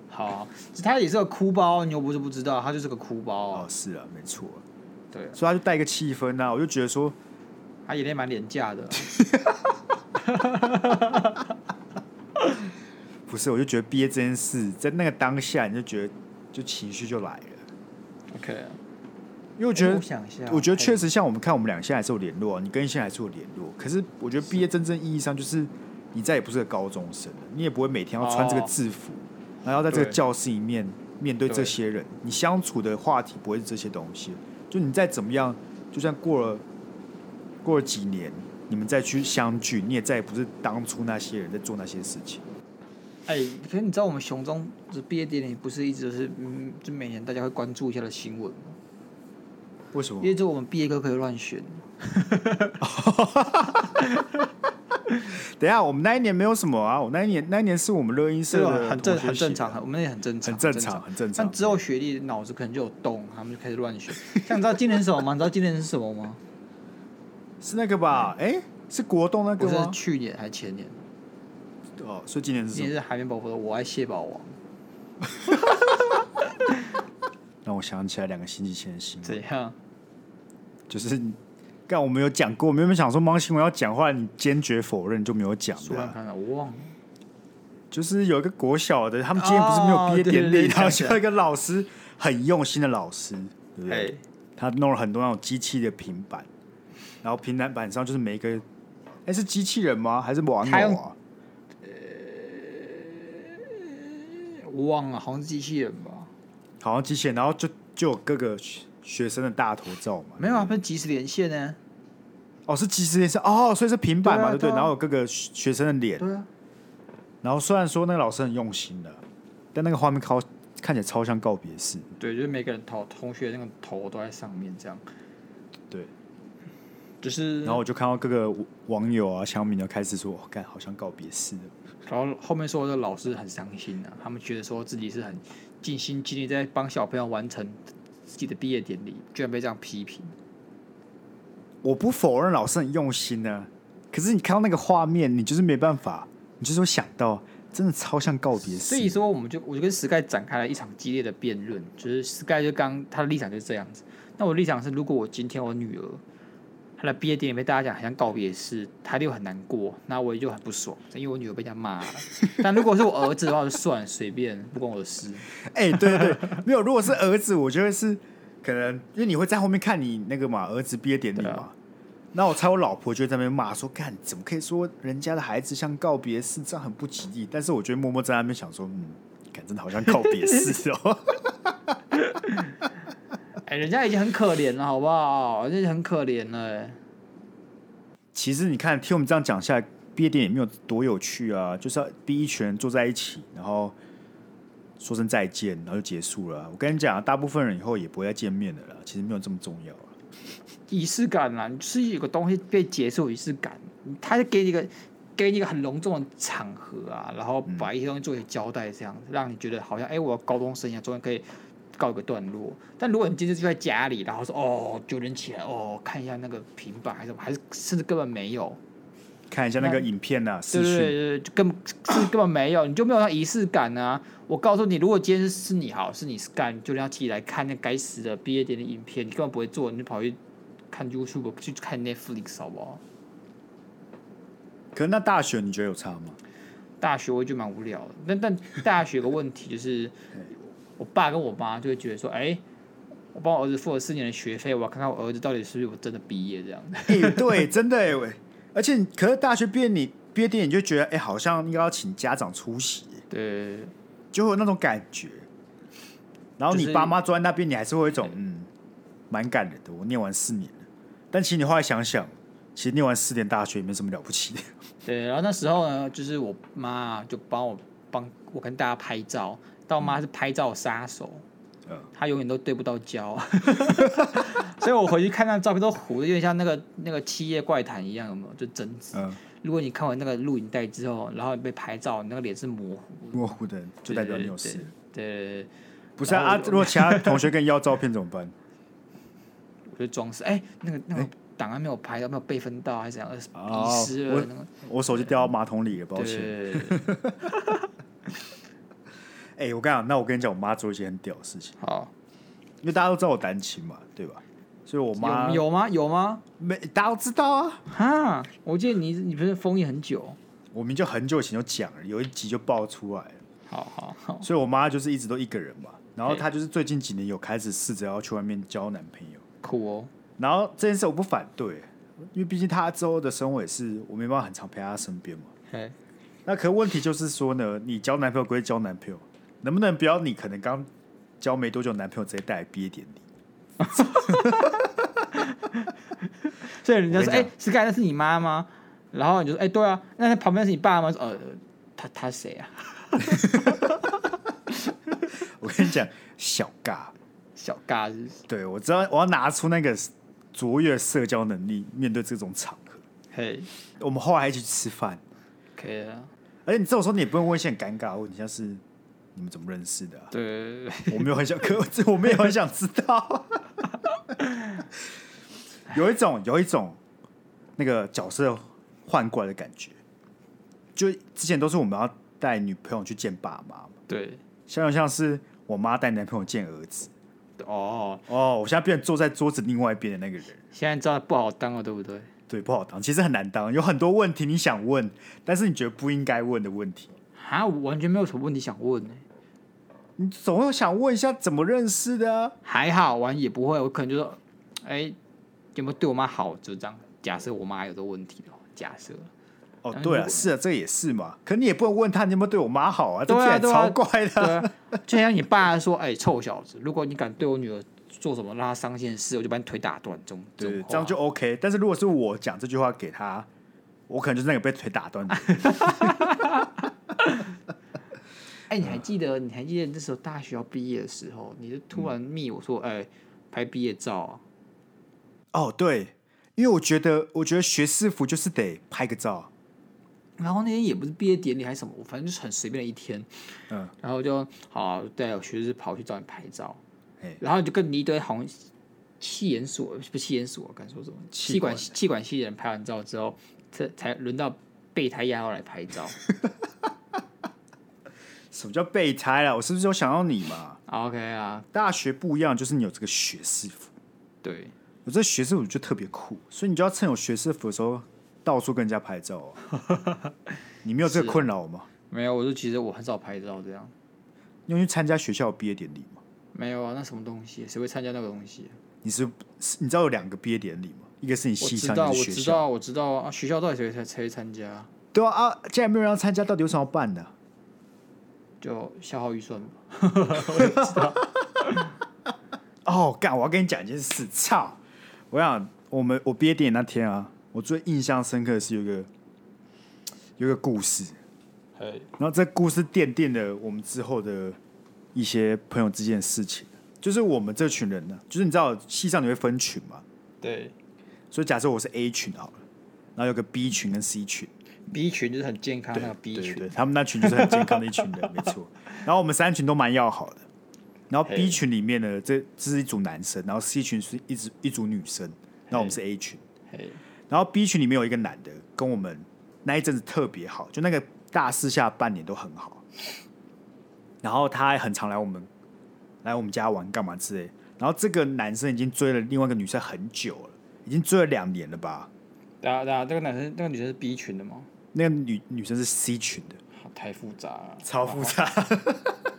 Speaker 1: 好，他也是个哭包，你又不是不知道，他就是个哭包
Speaker 2: 哦
Speaker 1: 啊，。
Speaker 2: 是啊，没错，
Speaker 1: 对，
Speaker 2: 所以他就带一个气氛啊，我就觉得说，
Speaker 1: 他演的蛮廉价的。
Speaker 2: 不是，我就觉得毕业这件事，在那个当下你就觉得就情绪就来了，
Speaker 1: OK，
Speaker 2: 因为我
Speaker 1: 我
Speaker 2: 觉得
Speaker 1: 我想一下，
Speaker 2: 我觉得确
Speaker 1: 实
Speaker 2: 实像我们看，我们俩现在还是有联络、啊，你跟现在还是有联络。可是我觉得毕业真正意义上，就是你再也不是个高中生了，你也不会每天要穿这个制服，然后要在这个
Speaker 1: 对
Speaker 2: 教室里面面对这
Speaker 1: 对
Speaker 2: 些人，你相处的话题不会是这些东西。就你再怎么样，就算过了过了几年，你们再去相聚，你也再也不是当初那些人在做那些事情。
Speaker 1: 哎，可是你知道我们雄中就是毕业典礼不是一直都是嗯，就每年大家会关注一下的新闻吗，
Speaker 2: 为什么
Speaker 1: 因？为就我们毕业歌可以乱选，
Speaker 2: 等一下，我们那一年没有什么啊，我那一年那一年是我们乐音
Speaker 1: 这
Speaker 2: 社
Speaker 1: 个
Speaker 2: 的
Speaker 1: 啊很正
Speaker 2: 同学
Speaker 1: 很
Speaker 2: 写的
Speaker 1: 正常，很我们那也很正常，
Speaker 2: 很正常，。很正常。
Speaker 1: 但之后学历脑子可能就有洞，他们就开始乱选。像你知道今年是什么吗？你知道今年是什么吗？
Speaker 2: 是那个吧？哎，是国栋那
Speaker 1: 不嗯
Speaker 2: 个
Speaker 1: 是
Speaker 2: 吗？
Speaker 1: 去年还是前年？
Speaker 2: 哦，所以今年是
Speaker 1: 今
Speaker 2: 什
Speaker 1: 年
Speaker 2: 么？
Speaker 1: 是海绵宝宝的《我爱蟹堡王》。
Speaker 2: 让我想起来两个星期前的新闻，
Speaker 1: 怎样？
Speaker 2: 就是干我们有讲过，我们原本想说芒新闻要讲话，你坚决否认就没有讲
Speaker 1: 说
Speaker 2: 的
Speaker 1: 看
Speaker 2: 啊。
Speaker 1: 看啊，我忘了。
Speaker 2: 就是有一个国小的，他们今天不是没有毕业
Speaker 1: 哦对对
Speaker 2: 典礼，
Speaker 1: 对
Speaker 2: 然
Speaker 1: 想
Speaker 2: 后
Speaker 1: 起
Speaker 2: 就
Speaker 1: 来
Speaker 2: 有一个老师很用心的老师，对不对？
Speaker 1: 哎，
Speaker 2: 他弄了很多那种机器的平板，然后平板板上就是每一个，哎，是机器人吗？还是玩
Speaker 1: 他
Speaker 2: 偶
Speaker 1: 用
Speaker 2: 啊？
Speaker 1: 我哎忘了，好像是机器人吧？
Speaker 2: 好像机器人，然后就就有各个学学生的大头照嘛。
Speaker 1: 没有啊，不是即时连线呢？
Speaker 2: 哦，是即时连线哦，所以是平板
Speaker 1: 对
Speaker 2: 嘛，
Speaker 1: 啊
Speaker 2: 对不对？
Speaker 1: 对啊
Speaker 2: 然后有各个学学生的脸，
Speaker 1: 对啊，
Speaker 2: 然后虽然说那个老师很用心的，但那个画面靠看起来超像告别式，
Speaker 1: 对，就是每个人头同学那个头都在上面，这样
Speaker 2: 对。
Speaker 1: 就是。
Speaker 2: 然后我就看到各个网友啊、小民就开始说：“哦，干，好像告别式了。
Speaker 1: 然后后面说的老师很伤心啊，他们觉得说自己是很尽心尽力在帮小朋友完成自己的毕业典礼，居然被这样批评。
Speaker 2: 我不否认老师很用心呢、可是你看到那个画面，你就是没办法，你就是会想到，真的超像告别式。
Speaker 1: 所以说，我们就我就跟 Sky 展开了一场激烈的辩论，就是 Sky 就刚他的立场就是这样子。那我的立场是，如果我今天我女儿她的毕业典礼被大家讲好像告别式，她就很难过，那我也就很不爽，因为我女儿被人家骂了。但如果是我儿子的话，就算了随便，不关我的事。
Speaker 2: 哎、对对对，没有。如果是儿子，我觉得是可能，因为你会在后面看你那个嘛，儿子毕业典礼
Speaker 1: 对啊
Speaker 2: 嘛。那我猜我老婆就会在那边骂说：“干，怎么可以说人家的孩子像告别式，这样很不吉利？”但是我觉得默默在那边想说：“嗯，感真的好像告别式哦。
Speaker 1: 哎、人家已经很可怜了，好不好？人家已经很可怜了、哎”
Speaker 2: 其实你看，听我们这样讲下来，毕业典礼没有多有趣啊，就是要第一群人坐在一起，然后说声再见，然后就结束了啊。我跟你讲啊，大部分人以后也不会再见面的了啦，其实没有这么重要啊了。
Speaker 1: 仪式感啦，你就是有个东西被结束仪式感，他就给你一个给你一个很隆重的场合啊，然后把一些东西做一个交代，这样子让你觉得好像哎、诶我高中生涯终于可以告一个段落。但如果你今天就在家里，然后说哦九点起来哦看一下那个平板还是什么，还是甚至根本没有，
Speaker 2: 看一下那个影片啊，
Speaker 1: 对
Speaker 2: 视
Speaker 1: 对
Speaker 2: 讯。
Speaker 1: 对，就根本是根本没有，你就没有那仪式感啊！我告诉你，如果今天是你好，是你 Sky，你就要起来看那该死的毕业典礼影片，你根本不会做，你就跑去看 YouTube，去看 Netflix 好不好？
Speaker 2: 可是那大学你觉得有 差吗？
Speaker 1: 大学我就蛮无聊的，但但大学有个问题就是，我爸跟我妈就会觉得说，哎、我帮我儿子付了四年的学费，我要看看我儿子到底是不是我真的毕业这样 子。
Speaker 2: 哎、对，真的哎、喂，而且你可是大学毕业你毕业典礼你就觉得哎、好像应该要请家长出席，
Speaker 1: 对，
Speaker 2: 就会有那种感觉。然后
Speaker 1: 就
Speaker 2: 你
Speaker 1: 是
Speaker 2: 爸妈坐在那边，你还是会有一种嗯，蛮感人的。我念完四年了，但其实你后来想想，其实念完四年大学也没什么了不起的。
Speaker 1: 对，然后那时候呢，就是我妈就帮我帮我跟大家拍照，但我妈是拍照杀手，
Speaker 2: 嗯
Speaker 1: 她永远都对不到焦， 所以我回去看那照片都糊的，有点像那个那个七夜怪谈一样，有没有？就贞子。
Speaker 2: 嗯，
Speaker 1: 如果你看完那个录影带之后，然后你被拍照，你那个脸是模糊的，
Speaker 2: 模糊的就代表你有事。
Speaker 1: 对。对对对，
Speaker 2: 不是啊啊，如果其他同学跟你要照片怎么办？
Speaker 1: 我就装死，哎、那个那个档案没有拍到，没有备份到，还是怎样，呃
Speaker 2: 哦
Speaker 1: 遗失
Speaker 2: 我
Speaker 1: 了那个。
Speaker 2: 我手机掉到马桶里了，抱
Speaker 1: 对
Speaker 2: 歉。
Speaker 1: 对对对对，
Speaker 2: 哎、我跟你讲，那我跟你讲，我妈做一些很屌的事情。
Speaker 1: 好，
Speaker 2: 因为大家都知道我单亲嘛，对吧？所以我妈
Speaker 1: 有有吗？有吗？
Speaker 2: 没大家都知道啊。
Speaker 1: 哈，我记得你你不是封印很久？
Speaker 2: 我们就很久以前就讲了，有一集就爆出来了。
Speaker 1: 好好好，
Speaker 2: 所以我妈就是一直都一个人嘛，然后
Speaker 1: 嘿
Speaker 2: 她就是最近几年有开始试着要去外面交男朋友，
Speaker 1: 酷哦。
Speaker 2: 然后这件事我不反对，因为毕竟她之后的生活也是我没办法很常陪她身边嘛。
Speaker 1: 嘿，
Speaker 2: 那可问题就是说呢，你交男朋友归交男朋友，能不能不要你可能刚交没多久男朋友直接带来毕业典礼？
Speaker 1: 所以人家
Speaker 2: 我
Speaker 1: 说，
Speaker 2: 跟
Speaker 1: 哎、
Speaker 2: 你讲
Speaker 1: s k y 那是你妈吗？然后你就说，哎、对啊，那他旁边是你爸吗？说呃，他他谁啊？
Speaker 2: 我跟你讲，小尬，
Speaker 1: 小嘎是不是
Speaker 2: 对我知道我要拿出那个卓越社交能力面对这种场合。
Speaker 1: 嘿，
Speaker 2: 我们后来一起去吃饭，
Speaker 1: 可以啊，
Speaker 2: 而且你这种时候你也不用问一些很尴尬的问题，像是你们怎么认识的啊、
Speaker 1: 对，
Speaker 2: 我没有很想， 可我我没有很想知道。有一种有一种那个角色换过来的感觉，就之前都是我们要带女朋友去见爸妈嘛，
Speaker 1: 对，
Speaker 2: 现在像是我妈带男朋友见儿子。
Speaker 1: 哦，
Speaker 2: 哦，我现在变成坐在桌子另外一边的那个人，
Speaker 1: 现在知道不好当了，对不对？
Speaker 2: 对，不好当，其实很难当，有很多问题你想问，但是你觉得不应该问的问题，
Speaker 1: 啊，我完全没有什么问题想问呢、
Speaker 2: 你总要想问一下怎么认识的、啊。
Speaker 1: 还好玩也不会，我可能就说，哎、有没有对我妈好？就这样。假设我妈有这个问题的话，假设，
Speaker 2: 哦，
Speaker 1: 但是
Speaker 2: 对
Speaker 1: 如
Speaker 2: 啊，
Speaker 1: 果
Speaker 2: 是啊，这也是嘛。可你也不能问他你有没有对我妈好啊，这
Speaker 1: 对啊
Speaker 2: 点
Speaker 1: 对啊
Speaker 2: 超怪的
Speaker 1: 对
Speaker 2: 啊。
Speaker 1: 啊，就像你爸说，哎、臭小子，如果你敢对我女儿做什么让她伤心的事，我就把你腿打断。这种
Speaker 2: 对
Speaker 1: 种
Speaker 2: 对，
Speaker 1: 话
Speaker 2: 这样就 OK。但是如果是我讲这句话给他，我可能就是那个被腿打 断的人。
Speaker 1: 哎、你还记得？你还记得那时候大学要毕业的时候，你就突然密我说，哎、拍毕业照啊？
Speaker 2: 哦，对，因为我觉得，我觉得学士服就是得拍个照。
Speaker 1: 然后那天也不是毕业典礼还是什么，我反正就是很随便的一天。
Speaker 2: 嗯，
Speaker 1: 然后就好带我学士跑去找你拍照
Speaker 2: 嘿，
Speaker 1: 然后就跟你一堆好像气研所不气研所，敢说什么
Speaker 2: 气
Speaker 1: 气管
Speaker 2: 管
Speaker 1: 气管系的人拍完照之后，这才轮到备胎丫头来拍照。
Speaker 2: 什么叫备胎啊啦？我是不是有想到你嘛？
Speaker 1: OK 啊，
Speaker 2: 大学不一样，就是你有这个学士服，
Speaker 1: 对，
Speaker 2: 有这学士服就特别酷，所以你就要趁有学士服的时候到处跟人家拍照啊。 你没有这
Speaker 1: 是
Speaker 2: 个
Speaker 1: 啊
Speaker 2: 困扰吗？
Speaker 1: 没有，我就其实我很少拍照这样。
Speaker 2: 你有去参加学校的毕业典礼吗？
Speaker 1: 没有啊，那什么东西？谁会参加那个东西啊、
Speaker 2: 你是是你知道有两个毕业典礼吗？一个是你
Speaker 1: 我
Speaker 2: 系
Speaker 1: 知
Speaker 2: 上，
Speaker 1: 道，
Speaker 2: 一
Speaker 1: 我
Speaker 2: 个是学
Speaker 1: 知
Speaker 2: 校。
Speaker 1: 道，我知道啊！学校到底谁才谁会参加啊？
Speaker 2: 对啊啊，既然没有人要参加，到底有什么要办的？
Speaker 1: 就消耗预算吧。
Speaker 2: 哦，干！我要跟你讲一件事，操！我想我们我毕业典礼那天啊，我最印象深刻的是有一个有一个故事，然后这故事奠定了我们之后的一些朋友之间的事情。就是我们这群人呢、就是你知道系上你会分群嘛，
Speaker 1: 对
Speaker 2: 所以假设我是 A 群好了，然后有个 B 群跟 C 群，
Speaker 1: ，B 群就是很健康那个 B
Speaker 2: 对
Speaker 1: 群，
Speaker 2: 对，他们那群就是很健康的一群人，没 错。然后我们三群都蛮要好的。然后 B
Speaker 1: 嘿
Speaker 2: 群里面呢，这这是一组男生，然后 C 群是一组一组女生，那我们
Speaker 1: 嘿
Speaker 2: 是 A 群。
Speaker 1: 嘿，
Speaker 2: 然后 B 群里面有一个男的，跟我们那一阵子特别好，就那个大四下半年都很好。然后他还很常来我们来我们家玩干嘛之类。然后这个男生已经追了另外一个女生很久了，已经追了两年了吧？
Speaker 1: 大家大啊家，那个男生那个女生是 B 群的吗？
Speaker 2: 那个女女生是 C 群的，
Speaker 1: 好太复杂了，
Speaker 2: 超复杂。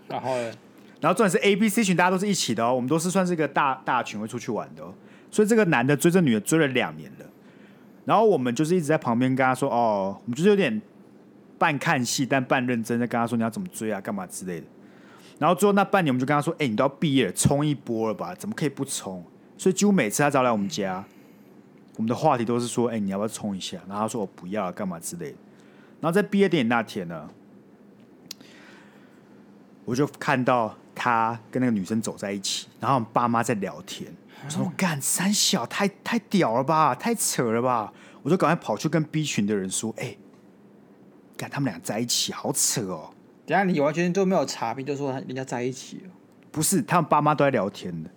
Speaker 1: 然后呢？
Speaker 2: 然后重点是 A、B、C 群大家都是一起的哦，我们都是算是一个大大群会出去玩的哦。所以这个男的追这女的追了两年了，然后我们就是一直在旁边跟他说：“哦，我们就是有点半看戏但半认真，在跟他说你要怎么追啊，干嘛之类的。”然后最后那半年，我们就跟他说：“哎、你都要毕业了，冲一波了吧？怎么可以不冲？”所以几乎每次他只要来我们家，我们的话题都是说：“哎、你要不要冲一下？”然后他说：“我不要了，干嘛之类的。”然后在毕业典礼那天呢，我就看到他跟那个女生走在一起，然后我们爸妈在聊天。
Speaker 1: 啊
Speaker 2: 我说：“干三小太太屌了吧，太扯了吧！”我就赶快跑去跟 B 群的人说：“哎、干他们俩在一起，好扯哦！
Speaker 1: 等一下你完全都没有查，你就说他人家在一起了，
Speaker 2: 不是，他们爸妈都在聊天的，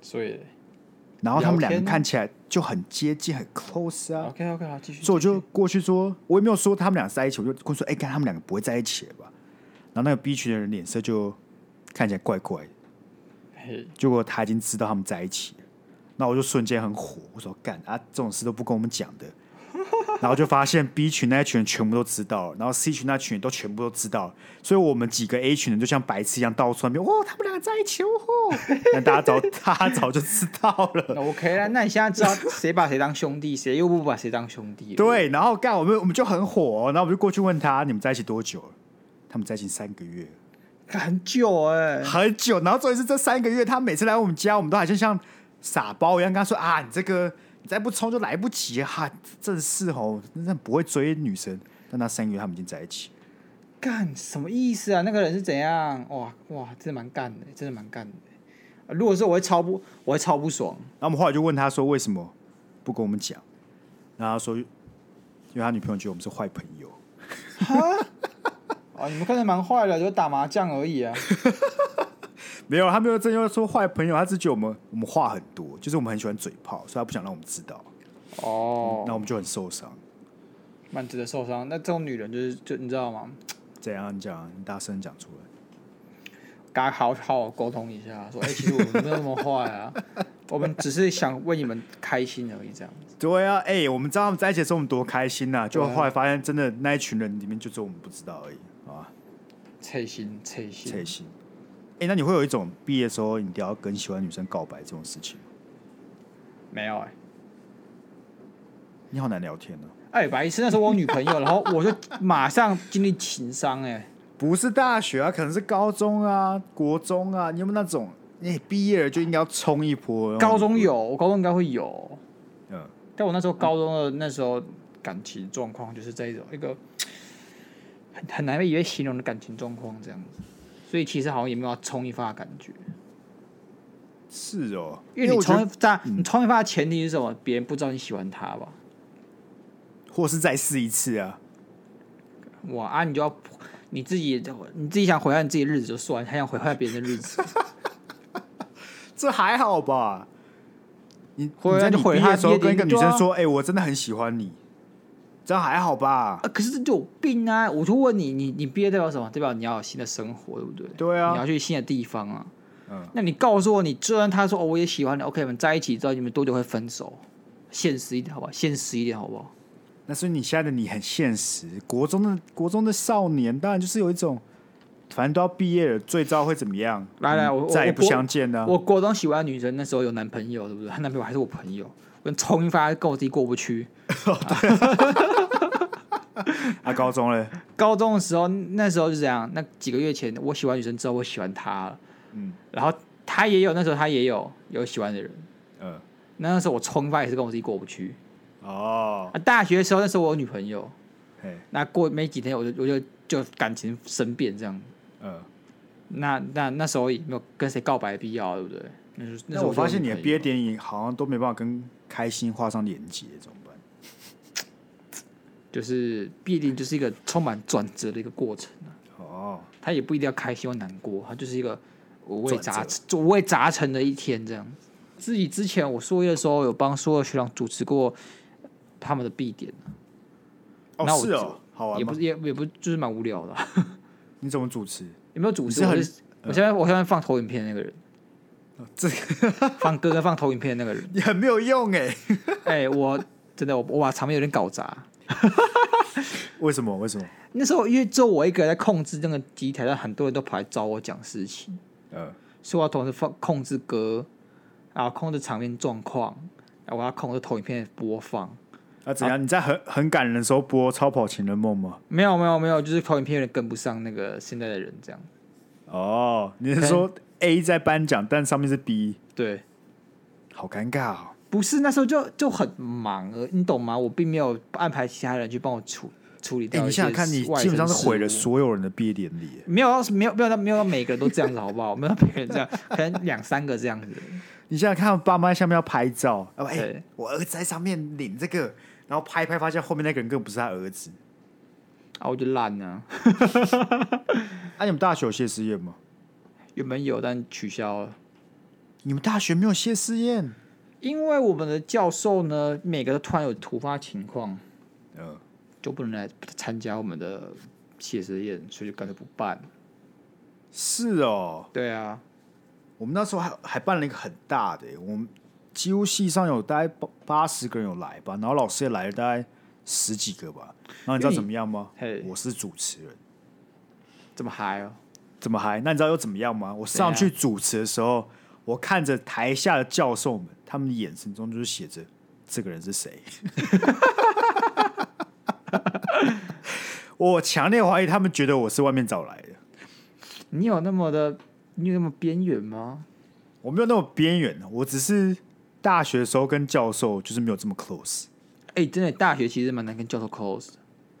Speaker 1: 所以
Speaker 2: 然后他们两
Speaker 1: 聊
Speaker 2: 个
Speaker 1: 天哦
Speaker 2: 看起来就很接近，很 close 啊。
Speaker 1: OK OK 好，继续。
Speaker 2: 所以我就
Speaker 1: 继续
Speaker 2: 过去说，我也没有说他们俩在一起，我就过去说，哎、看他们两个不会在一起了吧？然后那个 B 群的人脸色就看起来怪怪的，
Speaker 1: 嘿，
Speaker 2: 结果他已经知道他们在一起了，那我就瞬间很火，我说干啊，这种事都不跟我们讲的。 然后就发现 B 群那一群人全部都知道了，然后 C 群那群人都全部都知道了，所以我们几个 A 群人就像白痴一样到处那边，哦，他们两个在一起，哦吼！ 但大家早大家早就知道了，
Speaker 1: 那 OK 啦，那你现在知道谁把谁当兄弟，谁又不把谁当兄弟了？
Speaker 2: 对，然后干我们我们就很火哦、然后我们就过去问他你们在一起多久了？他们在一起三个月，
Speaker 1: 干，很久哎、
Speaker 2: 很久。然后重点是这三个月，他每次来我们家，我们都还是像傻包一样跟他说啊，你这个你再不冲就来不及哈、啊，真是哦，真的不会追女生。但那三个月他们已经在一起，
Speaker 1: 干什么意思啊？那个人是怎样？哇哇，真的蛮干的，真的蛮干的。啊如果是我会超不，我会超不爽。
Speaker 2: 然后我们后来就问他说为什么不跟我们讲，然后他说因为他女朋友觉得我们是坏朋友，
Speaker 1: 啊，你们看得蛮坏的，就打麻将而已啊。
Speaker 2: 没有，他没有真要说坏朋友，他只觉得我们我们话很多，就是我们很喜欢嘴炮，所以他不想让我们知道，
Speaker 1: 哦
Speaker 2: 那我们就很受伤。
Speaker 1: 蛮值得受伤。那这种女人就是就你知道吗？
Speaker 2: 怎样？你讲，啊你大声讲出来。
Speaker 1: 跟她好好沟通一下，说哎、其实我们没有那么坏啊， 我们只是想为你们开心而已，这样子。
Speaker 2: 对啊，哎、我们知道他们在一起的时候我们多开心呐、就
Speaker 1: 对啊
Speaker 2: 后来发现真的那一群人里面就只有我们不知道而已，好吧？
Speaker 1: 脆心，脆心，
Speaker 2: 贴心。哎、那你会有一种毕业的时候你一定要跟喜欢的女生告白这种事情吗，
Speaker 1: 没有哎、
Speaker 2: 你好难聊天哦、
Speaker 1: 哎、白痴，那时候我女朋友，然后我就马上经历情伤哎、
Speaker 2: 不是大学啊，可能是高中啊、国中啊，你有没有那种你毕、业了就应该要冲一波？然后
Speaker 1: 高中有，我高中应该会有，
Speaker 2: 嗯，
Speaker 1: 但我那时候高中的那时候感情状况就是这一种一个很很难以被形容的感情状况这样子，所以其实好像也没有要冲一发的感觉。
Speaker 2: 是哦，
Speaker 1: 因为你
Speaker 2: 我觉
Speaker 1: 冲
Speaker 2: 得嗯
Speaker 1: 一在你冲一发的前提是什么？别人不知道你喜欢他吧？
Speaker 2: 或是再试一次啊，
Speaker 1: 哇啊，你就要你自己你自己想毁坏你自己的日子就算，还想毁坏别人的日子，
Speaker 2: 这还好吧？你
Speaker 1: 会啊
Speaker 2: 你在你
Speaker 1: 就毁
Speaker 2: 毕业
Speaker 1: 他
Speaker 2: 的时候
Speaker 1: 毕业
Speaker 2: 跟一个
Speaker 1: 典礼
Speaker 2: 女生
Speaker 1: 对啊
Speaker 2: 说：“哎、我真的很喜欢你。”这样还好吧？
Speaker 1: 啊，可是这就有病啊！我就问你，你你毕业代表什么？代表你要有新的生活，对不对？
Speaker 2: 对啊
Speaker 1: 你要去新的地方啊。
Speaker 2: 嗯，
Speaker 1: 那你告诉我，你虽然他说哦，我也喜欢你，OK，我们在一起之后，你们多久会分手？现实一点好不好？现实一点好不好？
Speaker 2: 那所以你现在的你很现实，国中的国中的少年当然就是有一种，反正都要毕业了，最糟会怎么样？
Speaker 1: 来来
Speaker 2: 嗯
Speaker 1: 我我
Speaker 2: 再也
Speaker 1: 我
Speaker 2: 不
Speaker 1: 国
Speaker 2: 相见呢、
Speaker 1: 我国中喜欢的女生那时候有男朋友，对不对？她男朋友还是我朋友，我冲一发跟我自己过不去。
Speaker 2: 啊，高中嘞，
Speaker 1: 高中的时候，那时候是这样，那几个月前我喜欢女生之后，我喜欢她了，
Speaker 2: 嗯
Speaker 1: 然后她也有那时候她也有有喜欢的人，
Speaker 2: 嗯，
Speaker 1: 那那时候我冲发也是跟我自己过不去。
Speaker 2: 哦，
Speaker 1: 啊，大学的时候那时候我有女朋友，
Speaker 2: 嘿，
Speaker 1: 那过没几天我就我就就感情生变这样，
Speaker 2: 嗯，
Speaker 1: 那那那时候也没有跟谁告白的必要啊，对不对？那时候那时
Speaker 2: 那
Speaker 1: 候
Speaker 2: 我
Speaker 1: 就有
Speaker 2: 发现你的
Speaker 1: 女朋友
Speaker 2: 毕业典礼好像都没办法跟开心画上连结，怎么办？
Speaker 1: 就是必定就是一个充满转折的一个过程啊，
Speaker 2: 哦，
Speaker 1: 它也不一定要开心或难过，它就是一个五味杂
Speaker 2: 转
Speaker 1: 五味杂陈的一天这样。自己之前我硕一的时候有帮所有学长主持过他们的必点，那
Speaker 2: 哦
Speaker 1: 我
Speaker 2: 是哦，好玩
Speaker 1: 也不
Speaker 2: 吗
Speaker 1: 是？也也不就是蛮无聊的啊、
Speaker 2: 你怎么主持？
Speaker 1: 有没有主持？
Speaker 2: 你是
Speaker 1: 我
Speaker 2: 很
Speaker 1: 是我现在我现在放投影片的那个人，
Speaker 2: 哦 这，
Speaker 1: 放歌跟放投影片的那个人
Speaker 2: 你很没有用哎、
Speaker 1: 哎、我真的我我把场面有点搞砸。
Speaker 2: 为什么？为什么？
Speaker 1: 那时候因为只有我一个人在控制那个机台，但很多人都跑来找我讲事情，
Speaker 2: 呃，
Speaker 1: 所以我要同时放控制歌，然后控制场面状况，然后我要控制投影片的播放。
Speaker 2: 那、怎
Speaker 1: 啊
Speaker 2: 样？你在很很感人的时候播《超跑情人梦》吗？
Speaker 1: 没有没有没有，就是投影片有点跟不上那个现在的人这样。
Speaker 2: 哦，你是
Speaker 1: 跟
Speaker 2: 说 A 在颁奖，但上面是 B，
Speaker 1: 对，
Speaker 2: 好尴尬哦。
Speaker 1: 不是那时候就就很忙了，你懂吗？我并没有安排其他人去帮我处处理
Speaker 2: 哎、
Speaker 1: 掉
Speaker 2: 你
Speaker 1: 一些
Speaker 2: 想
Speaker 1: 外
Speaker 2: 想
Speaker 1: 生
Speaker 2: 看，
Speaker 1: 事
Speaker 2: 你
Speaker 1: 务。
Speaker 2: 基本上是毁了所有人的毕业典礼耶。
Speaker 1: 没有到没有没有到没有到每个人都这样子好不好？没有到每个人这样，可能两三个这样子。
Speaker 2: 你想想看，爸妈在下面要拍照，啊，哎、
Speaker 1: 对
Speaker 2: 我儿子在上面领这个，然后拍一拍，发现后面那个人根本不是他儿子。
Speaker 1: 啊，我就烂了、
Speaker 2: 啊，你们大学有谢师宴吗？
Speaker 1: 原本有，但取消了。
Speaker 2: 你们大学没有谢师宴？
Speaker 1: 因为我们的教授呢，每个都突然有突发情况，
Speaker 2: 呃，
Speaker 1: 就不能来参加我们的谢师宴，所以就干脆不办。
Speaker 2: 是哦，
Speaker 1: 对啊，
Speaker 2: 我们那时候还还办了一个很大的耶，我们几乎系上有大概八八十个人有来吧，然后老师也来了大概十几个吧。然后你知道
Speaker 1: 因为你
Speaker 2: 怎么样吗
Speaker 1: 嘿？
Speaker 2: 我是主持人，
Speaker 1: 这么嗨哦！
Speaker 2: 怎么还？那你知道又怎么样吗？我上去主持的时候，我看着台下的教授们，他们的眼神中就是写着这个人是谁。 我强烈怀疑他们觉得我是外面找来的，
Speaker 1: 你有那么的，你有那么边缘吗？
Speaker 2: 我没有那么边缘，我只是大学的时候跟教授就是没有这么 close。
Speaker 1: 哎、真的，大学其实蛮难跟教授 close 的。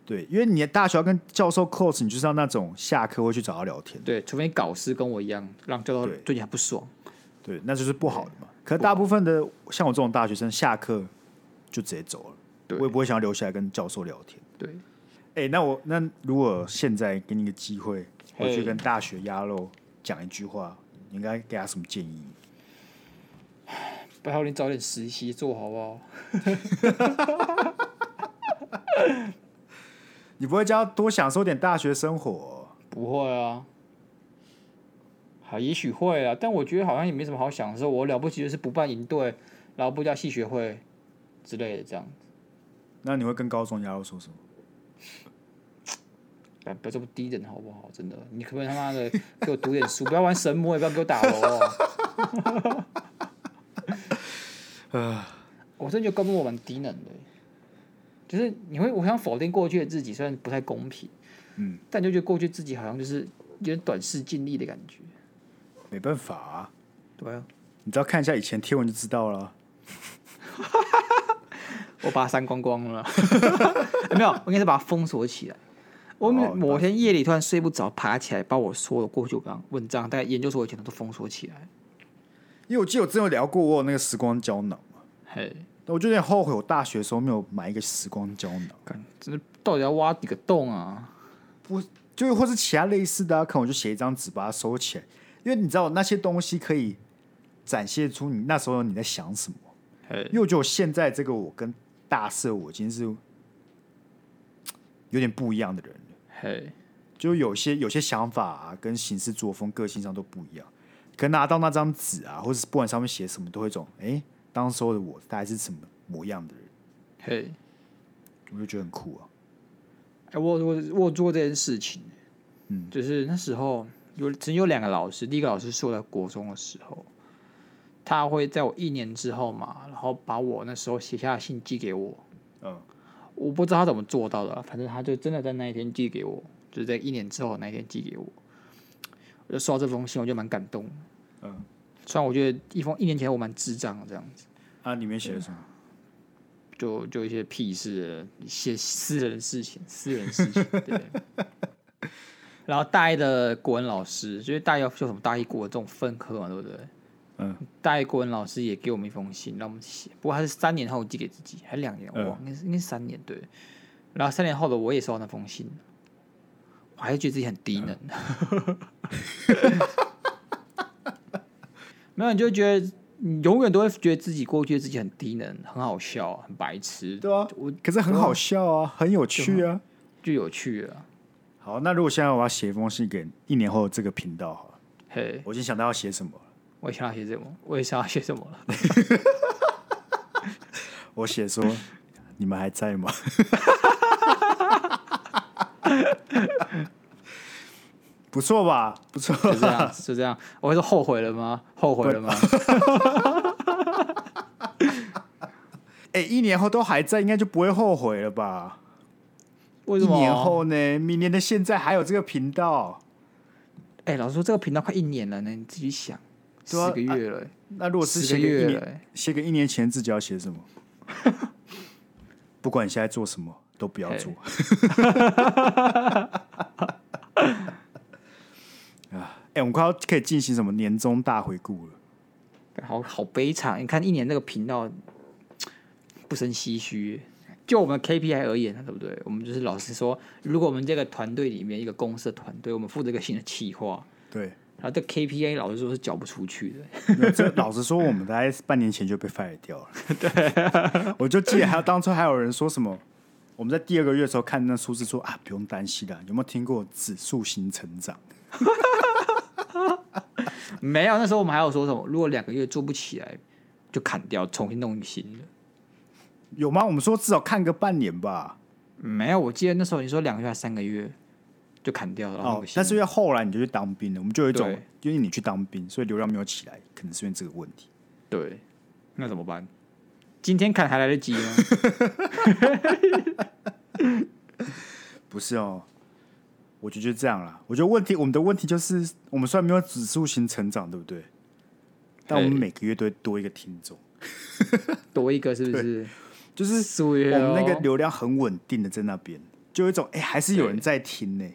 Speaker 2: 对，因为你的大学要跟教授 close，你就是要那种下课会去找他聊天，
Speaker 1: 对，除非你搞事跟我一样，让教授
Speaker 2: 对
Speaker 1: 对你还不爽。
Speaker 2: 对，那就是不好的嘛。可是大部分的像我这种大学生，下课就直接走了，
Speaker 1: 对
Speaker 2: 我也不会想要留下来跟教授聊天。
Speaker 1: 对，
Speaker 2: 哎、那我那如果现在给你一个机会，我
Speaker 1: 嘿
Speaker 2: 去跟大学鸭肉讲一句话，你应该给他什么建议？
Speaker 1: 拜托你早点实习做好不好？
Speaker 2: 你不会叫他多享受点大学生活哦、
Speaker 1: 不会啊，好，也许会啊，但我觉得好像也没什么好想的。说我了不起就是不办营队，然后不加系学会之类的这样。
Speaker 2: 那你会跟高中鸭肉说什么？
Speaker 1: 哎，不要这么低等好不好？真的，你可不可以他妈的给我读点书，不 要玩神魔，也不要给我打楼哦。哦 我真的觉得高中我蛮低能的，就是你会我想否定过去的自己，虽然不太公平，
Speaker 2: 嗯，
Speaker 1: 但就觉得过去自己好像就是有点短视近利的感觉。
Speaker 2: 没办法、啊，
Speaker 1: 对啊，
Speaker 2: 你只要看一下以前贴文就知道了啊。
Speaker 1: 我把它删光光了， 哎没有，我应该是把它封锁起来。我
Speaker 2: 哦
Speaker 1: 某天夜里突然睡不着，爬起来把我所有过去刚文章，大概研究所以前的都封锁起来。
Speaker 2: 因为我记得我之前有聊过，我有那个时光胶囊嘛，
Speaker 1: 嘿，
Speaker 2: 但我就有点后悔，我大学的时候没有买一个时光胶囊，
Speaker 1: 干，这到底要挖几个洞啊？
Speaker 2: 就或是其他类似的、啊，可能我就写一张纸把它收起来，因为你知道那些东西可以展现出你那时候你在想什么。
Speaker 1: 嘿
Speaker 2: 因，为我觉得我现在这个我跟大社我已经是有点不一样的人了，
Speaker 1: 嘿，
Speaker 2: 就有些有些想法啊，跟行事作风、个性上都不一样。可能拿到那张纸啊，或者是不管上面写什么，都会有一种哎、诶当时候的我大概是什么模样的人，
Speaker 1: 嘿，
Speaker 2: 我就觉得很酷啊。
Speaker 1: 哎，我我我有做过这件事情，嗯，就是那时候有只有两个老师，第一个老师是我在国中的时候，他会在我一年之后嘛，然后把我那时候写下的信寄给我，
Speaker 2: 嗯，
Speaker 1: 我不知道他怎么做到的啊，反正他就真的在那一天寄给我，就是在一年之后的那一天寄给我。我就收到这封信，我就蛮感动。
Speaker 2: 嗯，
Speaker 1: 虽然我觉得一封一年前我蛮智障的这样子，
Speaker 2: 啊，里面写的什么？
Speaker 1: 就就一些屁事，一些私人事情，私人事情。 对。然后大一的国文老师，就是大一要修什么大一国文这种分科嘛，对不对？
Speaker 2: 嗯，
Speaker 1: 大一国文老师也给我们一封信，让我们写。不过他是三年后寄给自己，还是两年？我
Speaker 2: 嗯
Speaker 1: 忘了，应该是应该是三年对。然后三年后的我也收到那封信，我还是觉得自己很低能。
Speaker 2: 嗯
Speaker 1: 没有，你就会觉得你永远都会觉得自己过去的自己很低能、很好笑、很白痴，
Speaker 2: 对啊，我可是很好笑啊，很有趣啊。
Speaker 1: 就有趣了。
Speaker 2: 好，那如果现在我要写一封信给一年后的这个频道好了，
Speaker 1: 嘿，
Speaker 2: 我已经想到要写什么了。
Speaker 1: 我也想要写什么？我也想要写什么了？
Speaker 2: 我写说， 你们还在吗？ 不错吧？不错。
Speaker 1: 就这样，就这样。我会说后悔了吗？后悔了吗？
Speaker 2: 哎、一年后都还在，应该就不会后悔了吧？
Speaker 1: 为
Speaker 2: 一
Speaker 1: 什么？
Speaker 2: 年后呢？明年的现在还有这个频道，
Speaker 1: 哎、老实说，这个频道快一年了呢，你自己想，十、
Speaker 2: 对啊
Speaker 1: 个月了欸、
Speaker 2: 那如果是
Speaker 1: 十
Speaker 2: 写
Speaker 1: 个
Speaker 2: 给一
Speaker 1: 月了
Speaker 2: 年，
Speaker 1: 欸，
Speaker 2: 写给一年前自己要写什么？ 不管你现在做什么，都不要做。 啊，哎、我们快要可以进行什么年终大回顾了。
Speaker 1: 好好悲惨。你看一年这个频道，不生唏嘘。就我们 KPI 而言，啊对不对？我们就是老实说，如果我们这个团队里面一个公司的团队，我们负责一个新的企划，
Speaker 2: 对，
Speaker 1: 然后这 KPI 老实说是缴不出去的。
Speaker 2: 那这老实说，我们大概半年前就被 fire 掉了。对， 我就记得还有当初还有人说什么，我们在第二个月的时候看那数字说啊，不用担心啦，有没有听过指数型成长？
Speaker 1: 没有，那时候我们还有说什么？如果两个月做不起来，就砍掉，重新弄一个新的。
Speaker 2: 有吗？我们说至少看个半年吧。
Speaker 1: 没有，我记得那时候你说两个月还是三个月就砍掉，然后弄
Speaker 2: 哦
Speaker 1: 个，新
Speaker 2: 但
Speaker 1: 的
Speaker 2: 是因为后来你就去当兵了，我们就有一种
Speaker 1: 对，
Speaker 2: 因为你去当兵，所以流量没有起来，可能是因为这个问题。
Speaker 1: 对，那怎么办？今天砍还来得及吗？
Speaker 2: 不是哦，我觉得就这样啦。我觉得问题，我们的问题就是，我们虽然没有指数型成长，对不对？但我们
Speaker 1: 嘿
Speaker 2: 每个月都会多一个听众，
Speaker 1: 多一个是不是？
Speaker 2: 就是
Speaker 1: 是哦
Speaker 2: 我们那个流量很稳定的在那边，就有一种哎、还是有人在听呢、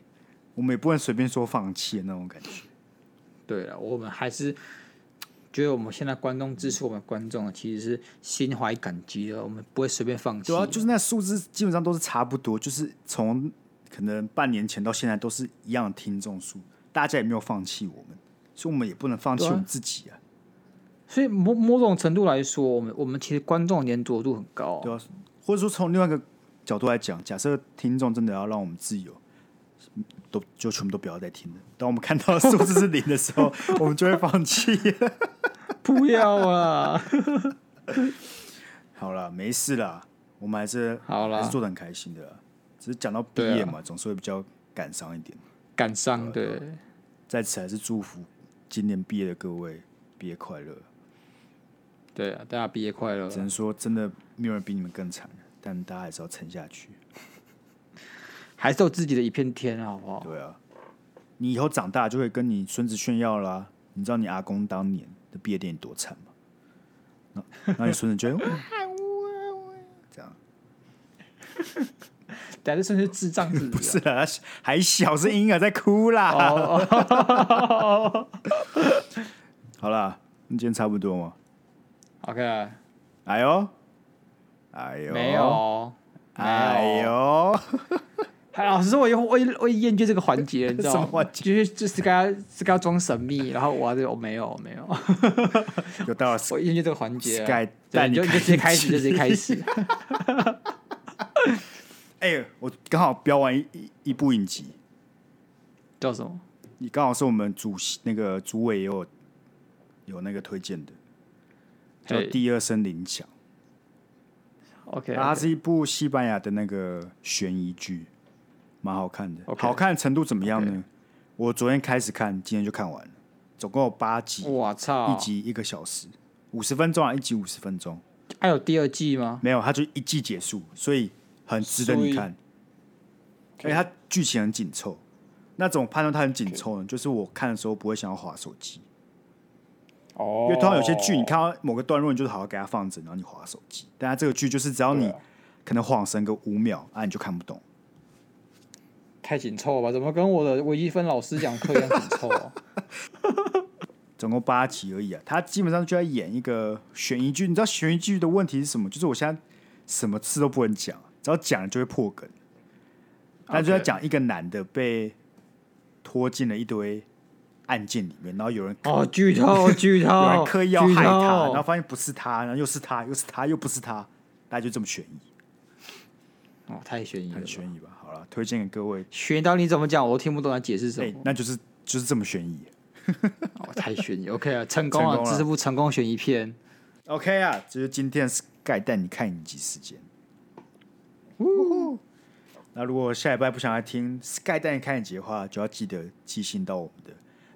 Speaker 2: 我们也不能随便说放弃的那种感觉。
Speaker 1: 对了，我们还是觉得我们现在观众支持我们观众，其实是心怀感激的，我们不会随便放弃。
Speaker 2: 对啊，就是那数字基本上都是差不多，就是从可能半年前到现在都是一样的听众数，大家也没有放弃我们，所以我们也不能放弃
Speaker 1: 对啊
Speaker 2: 我们自己啊。
Speaker 1: 所以某某种程度来说，我们我们其实观众粘着度很高、
Speaker 2: 对啊或者说从另外一个角度来讲，假设听众真的要让我们自由，都就全部都不要再听了。当我们看到数字是零的时候，我们就会放弃。
Speaker 1: 不要啊！
Speaker 2: 好了，没事啦，我们还是
Speaker 1: 好啦
Speaker 2: 还是做的很开心的啦。只是讲到毕
Speaker 1: 对啊
Speaker 2: 业嘛，总是会比较感伤一点。
Speaker 1: 感伤对，
Speaker 2: 在此还是祝福今年毕业的各位毕业快乐。
Speaker 1: 对啊，大家毕业快乐啊！
Speaker 2: 只能说真的没有人比你们更惨，但大家还是要撑下去。
Speaker 1: 还是有自己的一片天啊，好不好？
Speaker 2: 对啊，你以后长大就会跟你孙子炫耀啦、你知道你阿公当年的毕业典礼多惨吗？那那你孙子觉得嗯 哇这样
Speaker 1: 但是甚至智障 是不
Speaker 2: 不
Speaker 1: 是
Speaker 2: 是
Speaker 1: 啊？
Speaker 2: 啊，他还小是婴儿在哭啦。
Speaker 1: 哦，哦
Speaker 2: 好啦，那今天差不多吗？
Speaker 1: ，OK，啊
Speaker 2: 哎呦，哎呦，
Speaker 1: 没有，
Speaker 2: 哎呦，
Speaker 1: 哎，老实说，我也我也我也厌倦这个环节，你知
Speaker 2: 什
Speaker 1: 道
Speaker 2: 么
Speaker 1: 吗
Speaker 2: 环？
Speaker 1: 就是就是跟他是跟他装神秘，然后我还是我没有我没有，
Speaker 2: 又到了
Speaker 1: 我厌倦这个环节啊。
Speaker 2: Sky 带
Speaker 1: 对，
Speaker 2: 你
Speaker 1: 你就你就直接开始，就直接开始。
Speaker 2: 哎、我刚好标完一一一部影集，
Speaker 1: 叫什么？
Speaker 2: 你刚好是我们主席那个主委也有有那个推荐的，叫
Speaker 1: 嘿
Speaker 2: 《第二声铃响》，
Speaker 1: OK，
Speaker 2: 它是一部西班牙的那个悬疑剧，蛮好看的。
Speaker 1: OK
Speaker 2: 好看程度怎么样呢？我昨天开始看，今天就看完了，总共有八集，
Speaker 1: 我操
Speaker 2: 一！集一个小时，五十分钟啊，一集五十分钟，
Speaker 1: 还有第二季吗？
Speaker 2: 没有，它就一季结束，所以很值得
Speaker 1: 所以
Speaker 2: 你看。而且它剧情很紧凑，那怎么判断它很紧凑呢？就是我看的时候不会想要划手机。
Speaker 1: 哦
Speaker 2: 因为通常有些剧，你看到某个段落，你就是好好给它放着，然后你划手机。但它这个剧就是只要
Speaker 1: 啊
Speaker 2: 你可能晃神个五秒，啊，你就看不懂。
Speaker 1: 太紧凑了吧？怎么跟我的微积分老师讲课一样紧凑、啊？
Speaker 2: 总共八集而已啊，它基本上就在演一个悬疑剧。你知道悬疑剧的问题是什么？就是我现在什么事都不能讲，只要讲了就会破梗。那就在
Speaker 1: OK
Speaker 2: 讲一个男的被拖进了一堆案件里面，然后有人
Speaker 1: 哦，剧透， 剧
Speaker 2: 有
Speaker 1: 透，
Speaker 2: 人刻意要害他，然后
Speaker 1: 哦剧透
Speaker 2: 发现不是他，然后又是他，又是他，又不是他，大家就这么悬疑。
Speaker 1: 哦，太悬疑了
Speaker 2: 很
Speaker 1: 吧，
Speaker 2: 悬疑吧？好了，推荐给各位。
Speaker 1: 悬疑到你怎么讲我都听不懂他解释什
Speaker 2: 哎、
Speaker 1: 么，
Speaker 2: 那就是就是这么悬疑。
Speaker 1: 哦，太悬疑。OK 啊，成功
Speaker 2: 成
Speaker 1: 了，
Speaker 2: 功了
Speaker 1: 这是部成功悬疑片。
Speaker 2: OK 啊，这就是今天 Sky 带你看影集时间。呜呼那如果下礼拜不想来听 Sky 带你看影集的话，就要记得寄信到我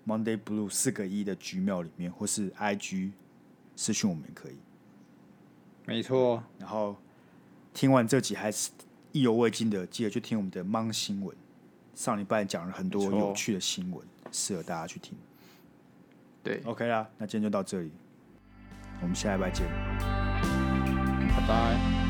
Speaker 2: 们的 Monday Blue 四个一的 Gmail 里面，或是 IG 私讯我们也可以。
Speaker 1: 没错，
Speaker 2: 然后听完这集还是意犹未尽的，记得去听我们的 Mon 新闻。上礼拜讲了很多
Speaker 1: 没错
Speaker 2: 有趣的新闻，适合大家去听。
Speaker 1: 对，
Speaker 2: OK 啦，那今天就到这里，我们下礼拜见。
Speaker 1: 拜拜。